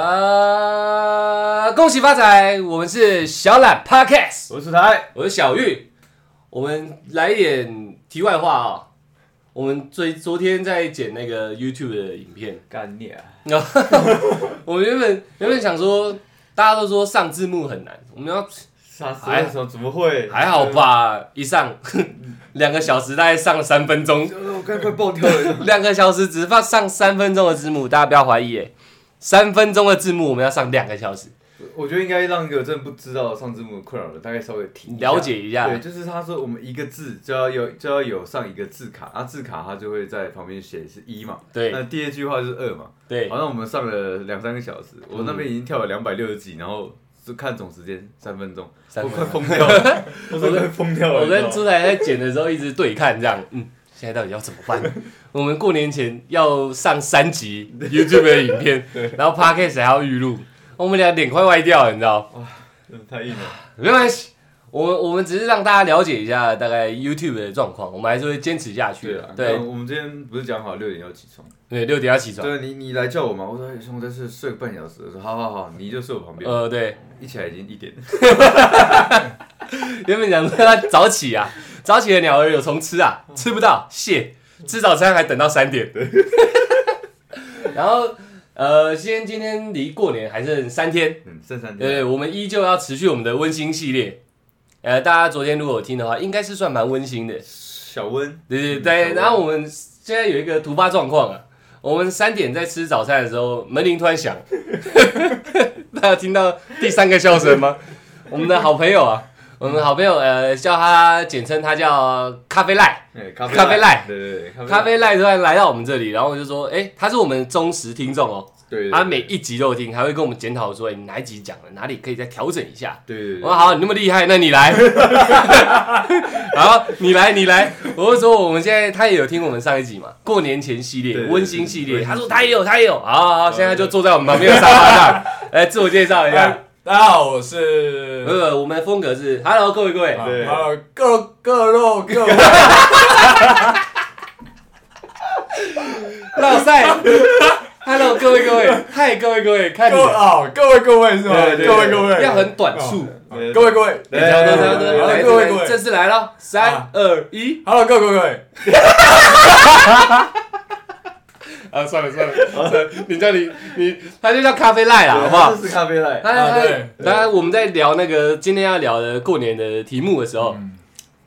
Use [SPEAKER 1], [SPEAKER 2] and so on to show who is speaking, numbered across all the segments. [SPEAKER 1] 呃，恭喜发财！我们是小懒 Podcast，
[SPEAKER 2] 我是台，
[SPEAKER 1] 我是小玉。我们来一点题外话啊、我们最昨天在剪那个 YouTube 的影片，
[SPEAKER 2] 干你啊！
[SPEAKER 1] 我们原本原本想说，大家都说上字幕很难，我们要
[SPEAKER 2] 啥时候？怎么怎么会？
[SPEAKER 1] 还好吧，一上 两个小时，大概上了三分钟，
[SPEAKER 2] 呃？我刚快爆掉了。
[SPEAKER 1] 两个小时只放上三分钟的字幕，大家不要怀疑耶，三分钟的字幕我们要上两个小时，
[SPEAKER 2] 我觉得应该让一个真的不知道上字幕困扰的，大概稍微听
[SPEAKER 1] 了解一
[SPEAKER 2] 一下。
[SPEAKER 1] 下
[SPEAKER 2] 对，。就是他说我们一个字就要有就要有上一个字卡，啊字卡他就会在旁边写是一嘛，
[SPEAKER 1] 对
[SPEAKER 2] 那第二句话就是二嘛。
[SPEAKER 1] 对嗯
[SPEAKER 2] 好，，像我们上了两三个小时，我那边已经跳了两百六十几，然后就看总时间三分钟，
[SPEAKER 1] 三
[SPEAKER 2] 我
[SPEAKER 1] 分
[SPEAKER 2] 快疯掉 了，我真的快疯掉了。
[SPEAKER 1] 我跟
[SPEAKER 2] 你知道
[SPEAKER 1] 朱仔在剪的时候一直对看，这样，嗯，现在到底要怎么 办？我们过年前要上三集 YouTube 的影片，然后 Podcast 还要预录，我们俩脸快歪掉了，你知道？
[SPEAKER 2] 真的太硬了，
[SPEAKER 1] 没关系，我们我们只是让大家了解一下大概 YouTube 的状况，我们还是会坚持下去
[SPEAKER 2] 对
[SPEAKER 1] 的
[SPEAKER 2] 啊。。
[SPEAKER 1] 对
[SPEAKER 2] 那我们今天不是讲好六点要起床？
[SPEAKER 1] 对，啊六点要起床。
[SPEAKER 2] 对，你你来叫我嘛？我说哎兄，我在这睡个半小时。我说好好好，你就睡我旁边。
[SPEAKER 1] 呃，嗯对，
[SPEAKER 2] 一起来已经一点，
[SPEAKER 1] 原本想说要早起啊，早起的鸟儿有虫吃啊，吃不到蟹，吃早餐还等到三点。 然后呃，先今天离过年还剩三天。
[SPEAKER 2] 嗯，剩三
[SPEAKER 1] 对
[SPEAKER 2] 天。
[SPEAKER 1] 对，我们依旧要持续我们的温馨系列。呃，大家昨天如果有听的话，应该是算蛮温馨的。
[SPEAKER 2] 小温，
[SPEAKER 1] 对对
[SPEAKER 2] 嗯
[SPEAKER 1] 对，
[SPEAKER 2] 小
[SPEAKER 1] 然后我们现在有一个突发状况啊，我们三点在吃早餐的时候，门铃突然响， 大家听到第三个笑声吗？我们的好朋友啊，我们好朋友呃，叫他简称他叫咖啡赖，
[SPEAKER 2] 哎，咖啡
[SPEAKER 1] 咖啡赖
[SPEAKER 2] 对对对，咖啡
[SPEAKER 1] 咖啡赖突然来到我们这里，然后我就说，哎，他是我们忠实听众哦，
[SPEAKER 2] 对对，
[SPEAKER 1] 他每一集都有听，还会跟我们检讨说，哎，你哪一集讲了，哪里可以再调整一下。
[SPEAKER 2] 对对对
[SPEAKER 1] 我说好，你那么厉害，那你来。 好，你来，你来。我就说我们现在他也有听我们上一集嘛，过年前系
[SPEAKER 2] 对
[SPEAKER 1] 列、
[SPEAKER 2] 对对
[SPEAKER 1] 温馨系列，
[SPEAKER 2] 对
[SPEAKER 1] 他说他也有，他也有。好好好，现在就坐在我们旁边的沙发上， 来自我介绍一下。
[SPEAKER 3] 大家好，我是
[SPEAKER 1] 呃，我们的风格是 Hello，各位各位
[SPEAKER 3] 啊，
[SPEAKER 2] 对
[SPEAKER 3] 还有各各肉各位，
[SPEAKER 1] 老赛。Hello，各位各位，嗨，各位各位，看你
[SPEAKER 3] 各哦，各位各位是吗？
[SPEAKER 2] 对对对
[SPEAKER 3] 各位各位哦
[SPEAKER 1] 要很短促。
[SPEAKER 2] 对对对
[SPEAKER 3] 各位各位
[SPEAKER 2] 对
[SPEAKER 1] 等一下等一下
[SPEAKER 2] 对
[SPEAKER 1] 等
[SPEAKER 2] 对
[SPEAKER 1] 一下
[SPEAKER 2] 对
[SPEAKER 1] 来，
[SPEAKER 3] 各位各位
[SPEAKER 1] 正式来了，三
[SPEAKER 3] 啊
[SPEAKER 1] 二一。
[SPEAKER 3] ，Hello，各位各位，
[SPEAKER 1] 啊，算了算了，算了 你叫你你，他就叫咖啡赖啦，好不好
[SPEAKER 2] 这？是咖啡 赖，
[SPEAKER 1] 哎
[SPEAKER 3] 啊对
[SPEAKER 1] 哎，然后我们在聊那个今天要聊的过年的题目的时候，
[SPEAKER 2] 嗯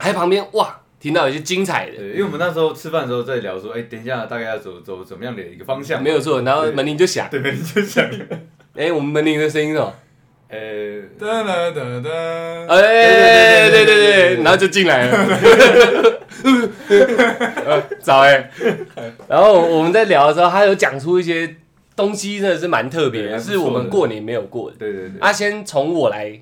[SPEAKER 1] 还旁边哇听到有些精彩的，
[SPEAKER 2] 对，因为我们那时候吃饭的时候在聊说，哎，等一下大概要走走怎么样的一个方向，
[SPEAKER 1] 没有错。然后
[SPEAKER 2] 对
[SPEAKER 1] 门铃就响，
[SPEAKER 2] 对，你就想，
[SPEAKER 1] 哎，我们门铃的声音是什么？
[SPEAKER 2] 呃，
[SPEAKER 3] 噔噔噔噔，
[SPEAKER 1] 哎，对对
[SPEAKER 2] 对对对对对
[SPEAKER 1] 对，
[SPEAKER 2] 对
[SPEAKER 1] 然后就进来 了，呃早哎。然后我们在聊的时候，他有讲出一些东西，真的是蛮特别
[SPEAKER 2] 对
[SPEAKER 1] 的，
[SPEAKER 2] 还不错
[SPEAKER 1] 是我们
[SPEAKER 2] 的
[SPEAKER 1] 过年没有过的。
[SPEAKER 2] 对对对，
[SPEAKER 1] 啊，先从我来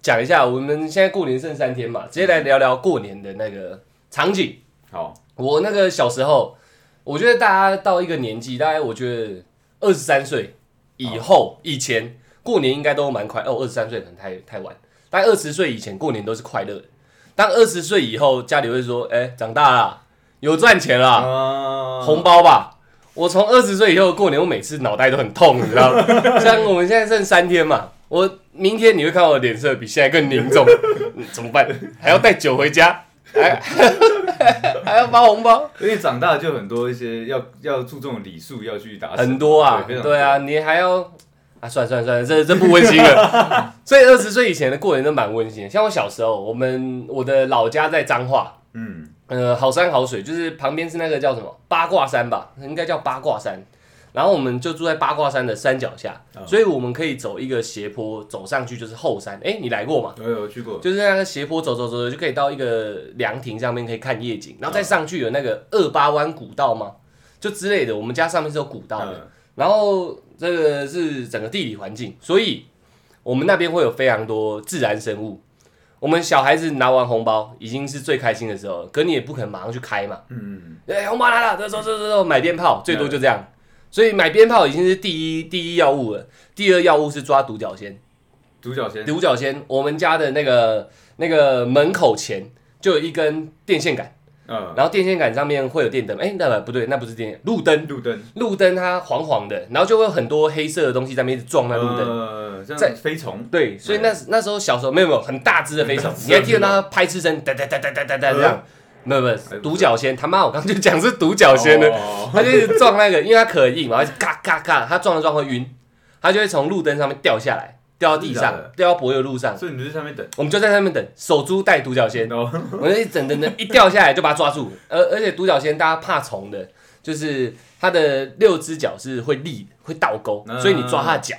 [SPEAKER 1] 讲一下，我们现在过年剩三天嘛，直接来聊聊过年的那个场景。
[SPEAKER 2] 好，
[SPEAKER 1] 我那个小时候，我觉得大家到一个年纪，大概我觉得二十三岁以后、以前过年应该都蛮快。哦，二十三岁可能太太晚，但二十岁以前过年都是快乐的。但二十岁以后，家里会说：“哎、长大了，有赚钱了，
[SPEAKER 2] 啊
[SPEAKER 1] 红包吧。”我从二十岁以后过年，我每次脑袋都很痛，你知道吗？ 像我们现在剩三天嘛，我明天你会看我脸色比现在更凝重，嗯怎么办？还要带酒回家，还 还要包红包。
[SPEAKER 2] 因为长大就很多一些要要注重礼数要去达成
[SPEAKER 1] 很多啊，
[SPEAKER 2] 对非常
[SPEAKER 1] 对啊，你还要啊，算了算了算了，这这不温馨了。 所以二十岁以前的过年都蛮温馨的。像我小时候，我们我的老家在彰化，
[SPEAKER 2] 嗯，
[SPEAKER 1] 呃，好山好水，就是旁边是那个叫什么八卦山吧，应该叫八卦山。然后我们就住在八卦山的山脚下，
[SPEAKER 2] 嗯
[SPEAKER 1] 所以我们可以走一个斜坡，走上去就是后山。哎，你来过吗？
[SPEAKER 2] 我有去过，
[SPEAKER 1] 就是那个斜坡走走走走，就可以到一个凉亭上面可以看夜景，
[SPEAKER 2] 哦
[SPEAKER 1] 然后再上去有那个二八湾古道吗？就之类的，我们家上面是有古道的。
[SPEAKER 2] 嗯
[SPEAKER 1] 然后这个是整个地理环境，所以我们那边会有非常多自然生物。我们小孩子拿完红包已经是最开心的时候了，可你也不可能马上去开嘛。
[SPEAKER 2] 嗯，
[SPEAKER 1] 哎、红包来了，走走走走走，买鞭炮，最多就这样。所以买鞭炮已经是第一第一要务了，第二要务是抓独角仙。
[SPEAKER 2] 独角仙，
[SPEAKER 1] 独角仙，我们家的那个那个门口前就有一根电线杆，
[SPEAKER 2] 嗯，
[SPEAKER 1] 然后电线杆上面会有电灯，哎，那不对，那不是电线，路灯，
[SPEAKER 2] 路灯，
[SPEAKER 1] 路灯它黄黄的，然后就会有很多黑色的东西在那边一直撞那路灯。
[SPEAKER 2] 呃，像
[SPEAKER 1] 在
[SPEAKER 2] 飞虫，
[SPEAKER 1] 对，所
[SPEAKER 2] 哎
[SPEAKER 1] 以那那时候小时候没有没有很大只的飞
[SPEAKER 2] 啊
[SPEAKER 1] 虫，你还听得到它拍翅声哒哒哒哒哒哒哒这样，没有没有独角仙，他妈我刚刚就讲是独角仙的，
[SPEAKER 2] 哦
[SPEAKER 1] 它就一直撞那个，因为它壳很硬嘛，然后就嘎嘎嘎，它撞了撞会晕，它就会从路灯上面掉下来，掉到地
[SPEAKER 2] 真的
[SPEAKER 1] 上
[SPEAKER 2] 假的，
[SPEAKER 1] 掉到柏油路上，
[SPEAKER 2] 所以你就在上面等，哦
[SPEAKER 1] 我们就在上面等，守株待独角仙，
[SPEAKER 2] 然后
[SPEAKER 1] 我那一整整的 一掉下来就把它抓住，而而且独角仙大家怕虫的，就是它的六只脚是会立的会倒钩，
[SPEAKER 2] 嗯
[SPEAKER 1] 所以你抓它的脚，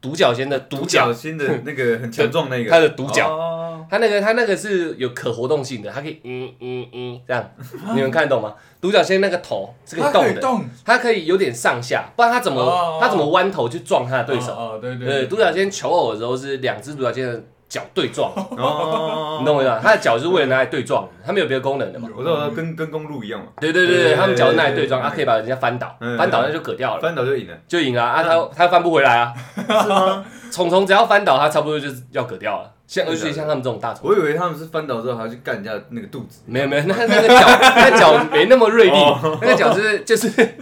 [SPEAKER 1] 独角仙的独
[SPEAKER 2] 独
[SPEAKER 1] 角
[SPEAKER 2] 角，仙的那个很强壮那个，
[SPEAKER 1] 它的独
[SPEAKER 3] 哦
[SPEAKER 1] 角
[SPEAKER 2] 角，
[SPEAKER 1] 它那个它那个是有可活动性的，它可以嗯嗯嗯这样，你们看得懂吗？独角仙那个头是可以
[SPEAKER 3] 它可
[SPEAKER 1] 动
[SPEAKER 3] 以
[SPEAKER 1] 的，
[SPEAKER 3] 动
[SPEAKER 1] 它可以有点上下，不然它怎
[SPEAKER 3] 哦哦
[SPEAKER 1] 么
[SPEAKER 3] 哦
[SPEAKER 1] 它怎么弯头去撞它的对手？
[SPEAKER 3] 哦，哦对
[SPEAKER 1] 呃，
[SPEAKER 3] 对
[SPEAKER 1] 独角仙求偶的时候是两只独角仙的脚对撞，
[SPEAKER 2] 哦，
[SPEAKER 1] 你懂我意思吗？它的脚是为了拿来对撞，它没有别的功能的嘛。
[SPEAKER 2] 我知道，跟跟公路一样嘛，
[SPEAKER 1] 对对
[SPEAKER 2] 对
[SPEAKER 1] 对，
[SPEAKER 2] 对
[SPEAKER 1] 他们脚是那里对撞，
[SPEAKER 2] 对
[SPEAKER 1] 啊，可以把人家翻倒，
[SPEAKER 2] 嗯
[SPEAKER 1] 翻倒那就割掉了，
[SPEAKER 2] 翻嗯倒就赢了，
[SPEAKER 1] 就赢了啊，他他翻不回来 啊，是吗？ 虫虫只要翻倒，他差不多就是要割掉了，像
[SPEAKER 2] 真的
[SPEAKER 1] 尤其像他们这种大虫，
[SPEAKER 2] 我以为他们是翻倒之后还要去干人家那个肚子，
[SPEAKER 1] 没有没有，那那个脚那个脚没那么锐利，
[SPEAKER 2] 哦
[SPEAKER 1] 那个脚就是就是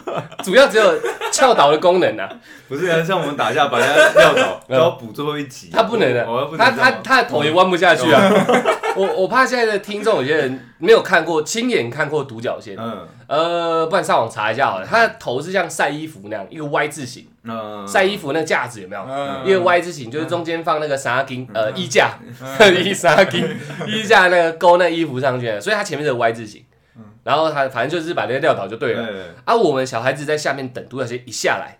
[SPEAKER 1] 主要只有撬倒的功能啊，
[SPEAKER 2] 不是啊，像我们打架把人家 撂倒，然后补最后一集，
[SPEAKER 1] 他不能的
[SPEAKER 2] 我我不，能哦
[SPEAKER 1] 他
[SPEAKER 2] 这样
[SPEAKER 1] 他
[SPEAKER 2] 吗
[SPEAKER 1] 他的头也弯不下去啊。 我我怕现在的听众有些人没有看过，亲眼看过独角仙，
[SPEAKER 2] 嗯
[SPEAKER 1] 呃，不然上网查一下好了，它的头是像晒衣服那样一个 Y 字形，
[SPEAKER 2] 嗯，
[SPEAKER 1] 晒衣服那个架子有没有？
[SPEAKER 3] 嗯
[SPEAKER 1] 因为 Y 字形就是中间放那个纱巾，呃，衣架，
[SPEAKER 3] 嗯
[SPEAKER 1] 衣纱巾，衣架那个勾那衣服上去的，所以它前面是 Y 字形。然后它反正就是把那个撂倒就对了。
[SPEAKER 2] 对，
[SPEAKER 1] 啊，我们小孩子在下面等独角仙一下来，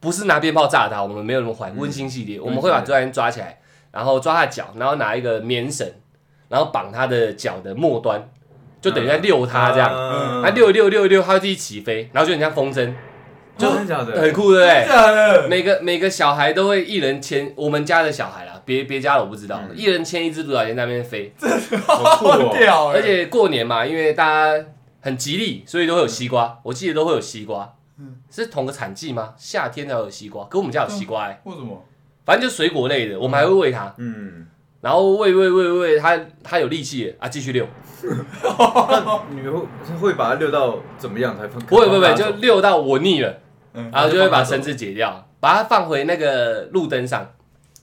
[SPEAKER 1] 不是拿鞭炮炸它，我们没有那么坏，温馨系列，我们会把独角仙抓起来，然后抓它脚，然后拿一个棉绳，然后绑它的脚的末端，就等于在遛它这样。
[SPEAKER 2] 嗯
[SPEAKER 1] 它遛一遛遛一遛，它会自己起飞，然后就很像风筝，就
[SPEAKER 2] 哦真的假的，
[SPEAKER 1] 很酷，对不对
[SPEAKER 3] 真？假的？
[SPEAKER 1] 每个每个小孩都会一人牵，我们家的小孩啦，别别家的我不知道，
[SPEAKER 2] 嗯
[SPEAKER 1] 一人牵一只独角仙在那边飞，
[SPEAKER 2] 好酷
[SPEAKER 3] 好
[SPEAKER 2] 哦，
[SPEAKER 3] 屌欸！
[SPEAKER 1] 而且过年嘛，因为大家很吉利，所以都会有西
[SPEAKER 2] 嗯
[SPEAKER 1] 瓜，我记得都会有西瓜，是同个产季吗？夏天才有西瓜，可我们家有西瓜、欸，
[SPEAKER 3] 为什么？
[SPEAKER 1] 反正就水果类的，我们还会喂它，
[SPEAKER 2] 嗯，
[SPEAKER 1] 然后喂喂喂喂它，它有力气了啊，继续 遛，
[SPEAKER 2] 那你会会把它遛到怎么样才哦放？
[SPEAKER 1] 不会不会不会，
[SPEAKER 2] 放它
[SPEAKER 1] 就
[SPEAKER 2] 走
[SPEAKER 1] 遛到我腻了，
[SPEAKER 3] 嗯
[SPEAKER 1] 然后就会把
[SPEAKER 2] 那就放它走
[SPEAKER 1] 绳子解掉，把它放回那个路灯上，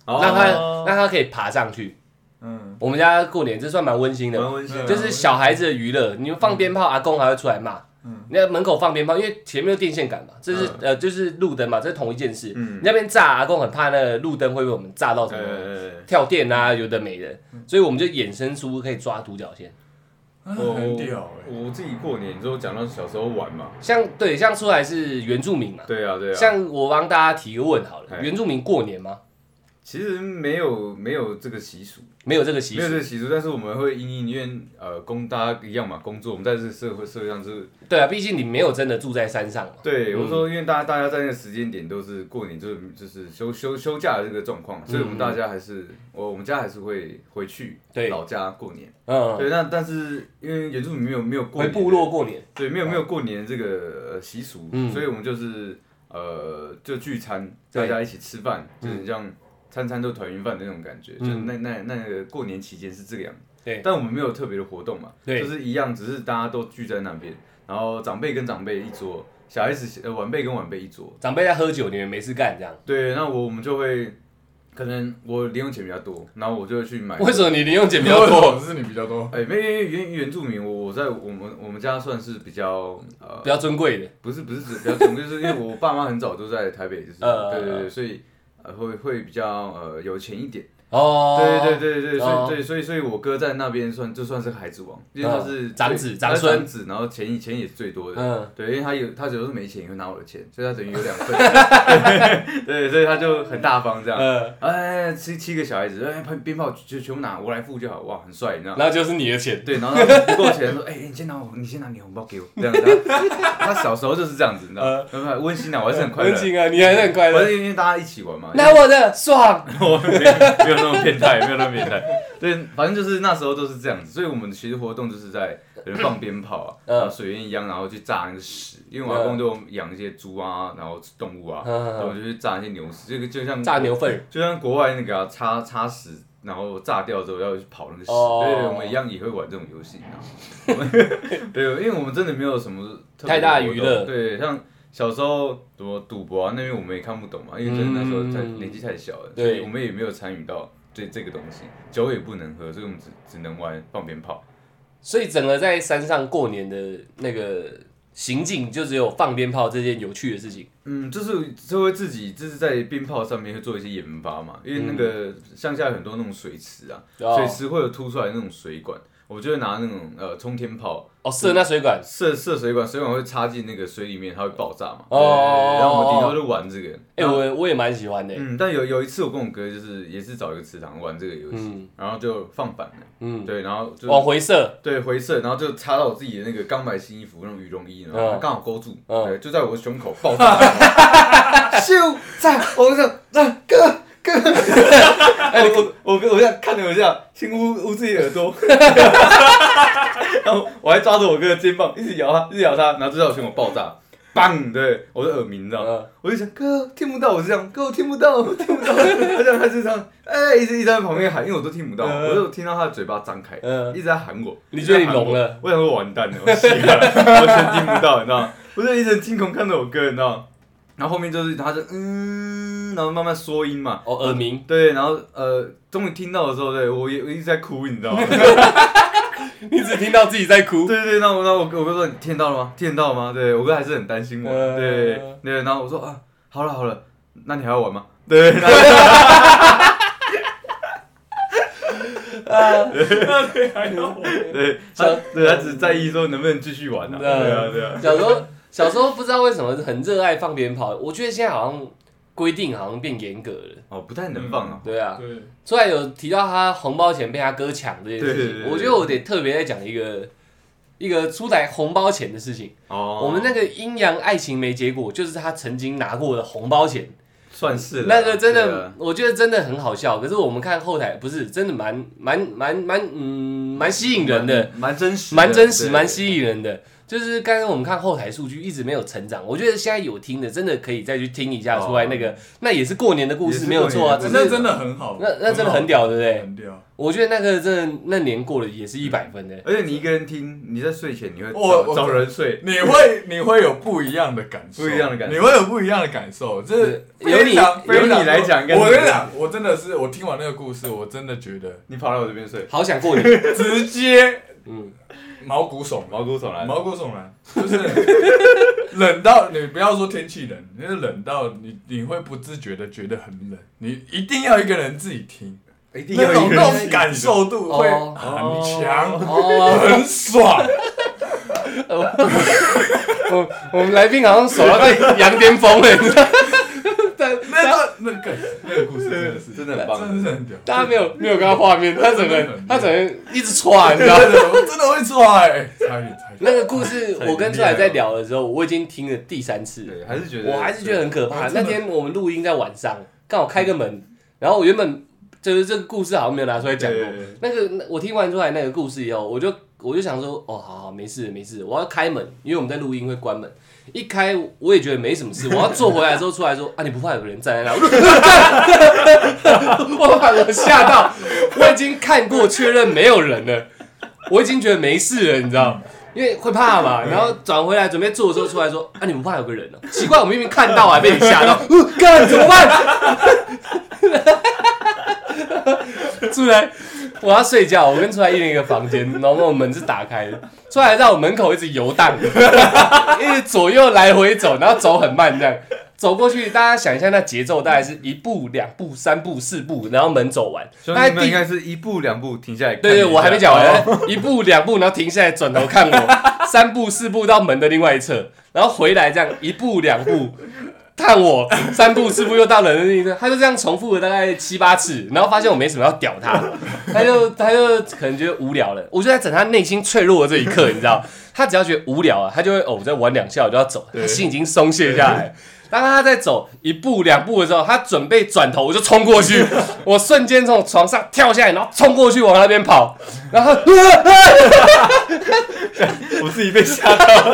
[SPEAKER 1] 让它
[SPEAKER 2] 哦
[SPEAKER 1] 让它可以爬上去。
[SPEAKER 3] 嗯，
[SPEAKER 1] 我们家过年这算蛮温馨的，
[SPEAKER 2] 蛮温馨的，
[SPEAKER 1] 就是小孩子的娱乐，你们放鞭炮，阿公还会出来骂。
[SPEAKER 3] 嗯
[SPEAKER 1] 你在门口放鞭炮，因为前面有电线杆嘛，这是、
[SPEAKER 2] 嗯
[SPEAKER 1] 呃就是路灯嘛，这是同一件事。
[SPEAKER 2] 嗯
[SPEAKER 1] 你那边炸，阿公很怕那个路灯会被我们炸到什么、
[SPEAKER 2] 呃，
[SPEAKER 1] 跳电啊，有的没的，
[SPEAKER 2] 嗯
[SPEAKER 1] 所以我们就衍生出可以抓独角仙。
[SPEAKER 3] 啊
[SPEAKER 2] 我
[SPEAKER 3] 很屌哎！
[SPEAKER 2] 我自己过年之后讲到小时候玩嘛，
[SPEAKER 1] 像对，像出来是原住民嘛，
[SPEAKER 2] 对啊对啊，
[SPEAKER 1] 像我帮大家提个问好了，
[SPEAKER 2] 哎
[SPEAKER 1] 原住民过年吗？
[SPEAKER 2] 其实没有没有这个习俗，
[SPEAKER 1] 没有这个习
[SPEAKER 2] 没有
[SPEAKER 1] 俗
[SPEAKER 2] 这，个习俗，但是我们会因因愿呃供大家一样嘛工作，我们在这个社会社会上是，
[SPEAKER 1] 对啊，毕竟你没有真的住在山上嘛。
[SPEAKER 2] 对
[SPEAKER 1] 嗯
[SPEAKER 2] 我说，因为大家大家在那个时间点都是过年，就是就是休休休假的这个状况，所以我们大家还是我我们家还是会回去
[SPEAKER 1] 嗯对
[SPEAKER 2] 老家过年，
[SPEAKER 1] 嗯，
[SPEAKER 2] 对，那但是因为原住民没有没有过
[SPEAKER 1] 回
[SPEAKER 2] 年
[SPEAKER 1] 部落过年，
[SPEAKER 2] 对，没有没有过年这个呃习俗，
[SPEAKER 1] 嗯
[SPEAKER 2] 所以我们就是呃就聚餐，大
[SPEAKER 1] 对
[SPEAKER 2] 家一起吃饭，就是像餐餐都团圆饭的那种感觉，
[SPEAKER 1] 嗯
[SPEAKER 2] 就是那那那个过年期间是这个样子。
[SPEAKER 1] 对
[SPEAKER 2] 但我们没有特别的活动嘛，
[SPEAKER 1] 对
[SPEAKER 2] 就是一样，只是大家都聚在那边，然后长辈跟长辈一桌，小孩子呃晚辈跟晚辈一桌，
[SPEAKER 1] 长辈在喝酒，你们没事干这样。
[SPEAKER 2] 对，那我我们就会。可能我零用钱比较多，然后我就会去买。
[SPEAKER 1] 为什么你零用钱比较
[SPEAKER 3] 为什
[SPEAKER 1] 多
[SPEAKER 3] 么，是你比较多？
[SPEAKER 2] 哎、没有因为原原住民，我我在我们我们家算是比较呃
[SPEAKER 1] 比较尊贵的？
[SPEAKER 2] 不是不是指比较穷，就是因为我爸妈很早都在台北，就是
[SPEAKER 1] 呃
[SPEAKER 2] 对对对，所以呃会会比较呃有钱一点。
[SPEAKER 1] 哦，
[SPEAKER 2] 对对对对，
[SPEAKER 1] 哦
[SPEAKER 2] 所以对所以所以我哥在那边算就算是孩子王，因为他是
[SPEAKER 1] 嗯长子
[SPEAKER 2] 最
[SPEAKER 1] 长
[SPEAKER 2] 他是
[SPEAKER 1] 孙
[SPEAKER 2] 长子，然后钱钱也是最多的。
[SPEAKER 1] 嗯，
[SPEAKER 2] 对，因为他有他有时候没钱也会拿我的钱，所以他等于有两 份。对，所以他就很大方这样。
[SPEAKER 1] 呃，
[SPEAKER 2] 哎，七七个小孩子，哎，喷鞭炮就全部拿，我来付就好，哇，很帅，你知道吗。
[SPEAKER 1] 那就是你的钱，
[SPEAKER 2] 对，然后他不够钱，说：“哎、你先拿我，你先拿你的红包给我。”这样子，他他小时候就是这样子，你知道吗？很温馨啊，我还是很快乐。
[SPEAKER 1] 很紧啊，你还是很快
[SPEAKER 2] 反
[SPEAKER 1] 乐。
[SPEAKER 2] 正因为大家一起玩嘛，
[SPEAKER 1] 拿我的爽，
[SPEAKER 2] 我没有没有那么变态，没有那么变态。对，反正就是那时候都是这样子，所以我们其实活动就是在有人放鞭炮啊，
[SPEAKER 1] 嗯
[SPEAKER 2] 然后水烟一样，然后去炸那个屎，因为我阿公都有养一些猪啊，然后动物啊，
[SPEAKER 1] 嗯嗯嗯嗯
[SPEAKER 2] 然后我就去炸那些牛屎，这个就像
[SPEAKER 1] 炸牛粪，
[SPEAKER 2] 就像国外那个啊、擦擦屎然后炸掉之后要去跑那个屎。
[SPEAKER 1] 哦
[SPEAKER 2] 对，我们一样也会玩这种游戏。然后 对，因为我们真的没有什么特别
[SPEAKER 1] 太大
[SPEAKER 2] 的活
[SPEAKER 1] 娱
[SPEAKER 2] 动
[SPEAKER 1] 乐
[SPEAKER 2] 对，像小时候什么赌博啊，那边我们也看不懂嘛，因为真的那时候才
[SPEAKER 1] 嗯
[SPEAKER 2] 年纪太小了，所
[SPEAKER 1] 对
[SPEAKER 2] 以我们也没有参与到这这个东西。酒也不能喝，所以我们只只能玩放鞭炮。
[SPEAKER 1] 所以整个在山上过年的那个行径，就只有放鞭炮这件有趣的事情。
[SPEAKER 2] 嗯，就是就会自己就是在鞭炮上面会做一些研发嘛，因为那个乡下有很多那种水池啊，水
[SPEAKER 1] 哦
[SPEAKER 2] 池会有凸出来的那种水管，我就会拿那种呃冲天炮
[SPEAKER 1] 哦，射那水管，
[SPEAKER 2] 射射水管，水管会插进那个水里面，它会爆炸嘛。
[SPEAKER 1] 哦哦
[SPEAKER 2] 然后我们顶
[SPEAKER 1] 哦
[SPEAKER 2] 多就玩这个。
[SPEAKER 1] 哎、我我也蛮喜欢的、
[SPEAKER 2] 嗯，但有有一次我跟我哥就是也是找一个池塘玩这个游戏，
[SPEAKER 1] 嗯
[SPEAKER 2] 然后就放反了，
[SPEAKER 1] 嗯，
[SPEAKER 2] 对，然后就
[SPEAKER 1] 往回射，
[SPEAKER 2] 对回射，然后就插到我自己的那个刚买新衣服那种羽绒衣，然
[SPEAKER 1] 嗯
[SPEAKER 2] 后刚好勾住，
[SPEAKER 1] 嗯
[SPEAKER 2] 对，就在我的胸口 爆炸，咻！在我就让哥 哥，哎，我我我这样看了我这样，先捂捂自己的耳 朵，然后我还抓着我哥的肩膀，一直摇他，一直摇他，然后就在我胸口爆炸。棒！对，啊我的耳鸣，你知道吗
[SPEAKER 1] 嗯？
[SPEAKER 2] 我就想，哥听不到，我是这样，哥我听不到， 我听不到。他这样，他就这样，哎，一直一直在旁边喊，因为我都听不到，
[SPEAKER 1] 嗯
[SPEAKER 2] 我就听到他的聋嘴巴张开，
[SPEAKER 1] 嗯
[SPEAKER 2] 一直在喊我。
[SPEAKER 1] 你觉得你聋了？
[SPEAKER 2] 我想说完蛋了，我死了， 完全听不到，你知道吗？我就一直惊恐看着我哥，你知道吗？然后后面就是他就嗯，然后慢慢缩音嘛，
[SPEAKER 1] 哦，耳鸣，
[SPEAKER 2] 对，然后呃，终于听到的时候，对我也我一直在哭，你知道吗？
[SPEAKER 1] 你只听到自己在哭。
[SPEAKER 2] 对对，那我那我我哥说你听到了吗？听到了吗？对我哥还是很担心我，
[SPEAKER 1] 嗯
[SPEAKER 3] 呃
[SPEAKER 2] 对对，然后我说啊，好了好了，那你还要玩 吗？对，然后
[SPEAKER 3] 啊
[SPEAKER 2] 对他对他只在意说能不能继续玩啊，
[SPEAKER 1] 嗯
[SPEAKER 2] 对啊对啊，
[SPEAKER 1] 小时候小时候不知道为什么很热爱放鞭炮，我觉得现在好像规定好像变严格了。
[SPEAKER 2] 哦不太能放啊，
[SPEAKER 1] 对啊，
[SPEAKER 3] 对，
[SPEAKER 1] 出来有提到他红包钱被他哥抢这件事情，
[SPEAKER 2] 对对对对
[SPEAKER 1] 我觉得我得特别再讲一个一个出来红包钱的事
[SPEAKER 3] 嗯
[SPEAKER 1] 情。
[SPEAKER 2] 哦，
[SPEAKER 1] 我们那个阴阳爱情没结果，就是他曾经拿过的红包钱，
[SPEAKER 2] 算是了啊
[SPEAKER 1] 那个真
[SPEAKER 2] 对
[SPEAKER 1] 的
[SPEAKER 2] 啊，
[SPEAKER 1] 我觉得真的很好笑。可是我们看后台，不是真的蛮蛮蛮蛮嗯蛮吸引人的，
[SPEAKER 2] 蛮蛮真实的，
[SPEAKER 1] 蛮真实，
[SPEAKER 2] 对
[SPEAKER 1] 蛮吸引人的。就是刚刚我们看后台数据一直没有成长，我觉得现在有听的真的可以再去听一下
[SPEAKER 2] 哦
[SPEAKER 1] 出来那个，那也是过年的故
[SPEAKER 2] 也
[SPEAKER 1] 事，
[SPEAKER 2] 是
[SPEAKER 1] 没有错啊，
[SPEAKER 2] 过
[SPEAKER 1] 只
[SPEAKER 2] 年
[SPEAKER 1] 是
[SPEAKER 2] 故事
[SPEAKER 3] 那真的很好，
[SPEAKER 1] 那那真的很
[SPEAKER 3] 好
[SPEAKER 1] 屌，对不对？
[SPEAKER 3] 很屌。
[SPEAKER 1] 我觉得那个真的那年过了也
[SPEAKER 2] 嗯
[SPEAKER 1] 是一百分欸的，
[SPEAKER 2] 而且你一个人听，你在睡前你会
[SPEAKER 3] 我
[SPEAKER 2] 找
[SPEAKER 3] 我
[SPEAKER 2] 找人睡，
[SPEAKER 3] 你会你会有不一样的感受，
[SPEAKER 2] 不一样的感受
[SPEAKER 3] 你会有不一样的感受。这是
[SPEAKER 1] 对由你
[SPEAKER 3] 非常
[SPEAKER 2] 由你
[SPEAKER 3] 非常
[SPEAKER 2] 来讲应该
[SPEAKER 3] 我
[SPEAKER 2] 是
[SPEAKER 3] 跟你讲，我真的是我听完那个故事，我真的觉得
[SPEAKER 2] 你跑来我这边睡，
[SPEAKER 1] 好想过年。
[SPEAKER 3] 直接
[SPEAKER 1] 嗯，
[SPEAKER 3] 毛骨悚然，
[SPEAKER 2] 毛骨悚然。
[SPEAKER 3] 毛骨悚然，就是 冷到你不要说天气冷，你是冷到你你会不自觉的觉得很冷，你一定要一个人自己听，
[SPEAKER 2] 一定
[SPEAKER 3] 那
[SPEAKER 2] 有一
[SPEAKER 3] 种
[SPEAKER 2] 个
[SPEAKER 3] 那
[SPEAKER 2] 人
[SPEAKER 3] 种感受度会
[SPEAKER 1] 哦
[SPEAKER 3] 很强，
[SPEAKER 1] 哦，
[SPEAKER 3] 很爽。
[SPEAKER 1] 我我们来宾好像手要被羊癫疯了，你知道吗欸 但
[SPEAKER 3] 那个那个那个故事真的是
[SPEAKER 2] 真的很棒
[SPEAKER 3] 真的是很屌。
[SPEAKER 1] 大家没有没有看到画面，他整个人他整个人一直 歘，你知道吗？
[SPEAKER 3] 真 的，我真的会错哎，差一点，差一点。
[SPEAKER 1] 那个故事我跟出来在聊的时候，我已经听了第三次了，
[SPEAKER 2] 对，还是觉得
[SPEAKER 1] 我还是觉得很可怕。
[SPEAKER 3] 啊真的
[SPEAKER 1] 那天我们录音在晚上，刚好开个门，然后我原本就是这个故事好像没有拿出来讲过
[SPEAKER 2] 对对对。
[SPEAKER 1] 那个那我听完出来那个故事以后，我就我就想说，哦，好好没事没事，我要开门，因为我们在录音会关门。一开我也觉得没什么事，我要坐回来之后出来说啊，你不怕有个人站在 那？我就我把我吓到，我已经看过确认没有人了，我已经觉得没事了，你知道。因为会怕嘛，然后转回来准备坐的时候出来说：“啊，你们不怕有个人哦、奇怪，我明明看到，还被你吓到，呃干怎么办？ 出来，我要睡觉。我跟出来一人一个房间， 然后我们门是打开的，出来在我门口一直游荡， 一直左右来回走，然后走很慢这样。走过去，大家想一下，那节奏大概是一步、两步、三步、四步，然后门走完。
[SPEAKER 2] 兄
[SPEAKER 1] 大
[SPEAKER 2] 弟
[SPEAKER 1] 概
[SPEAKER 2] 们
[SPEAKER 1] 第
[SPEAKER 2] 应该是一步两步停下来看
[SPEAKER 1] 对
[SPEAKER 2] 一
[SPEAKER 1] 对，
[SPEAKER 2] 下。
[SPEAKER 1] 我还没 讲完
[SPEAKER 2] 哦。，
[SPEAKER 1] 一步两步，然后停下来转头看 我，三步四步到门的另外一侧，然后回来这样一步两步看我，三步四步又到人的另一侧，他就这样重复了大概七八次，然后发现我没什么要屌他，他就他就可能觉得无聊了，我就在等他内心脆弱的这一刻，你知道，他只要觉得无聊啊，他就会哦，我再玩两下我就要走，他心已经松懈下来。当他在走一步两步的时候，他准备转头，我就冲过 去，我瞬间从床上跳下来，然后冲过去往那边跑，然后
[SPEAKER 2] 我自己被吓到，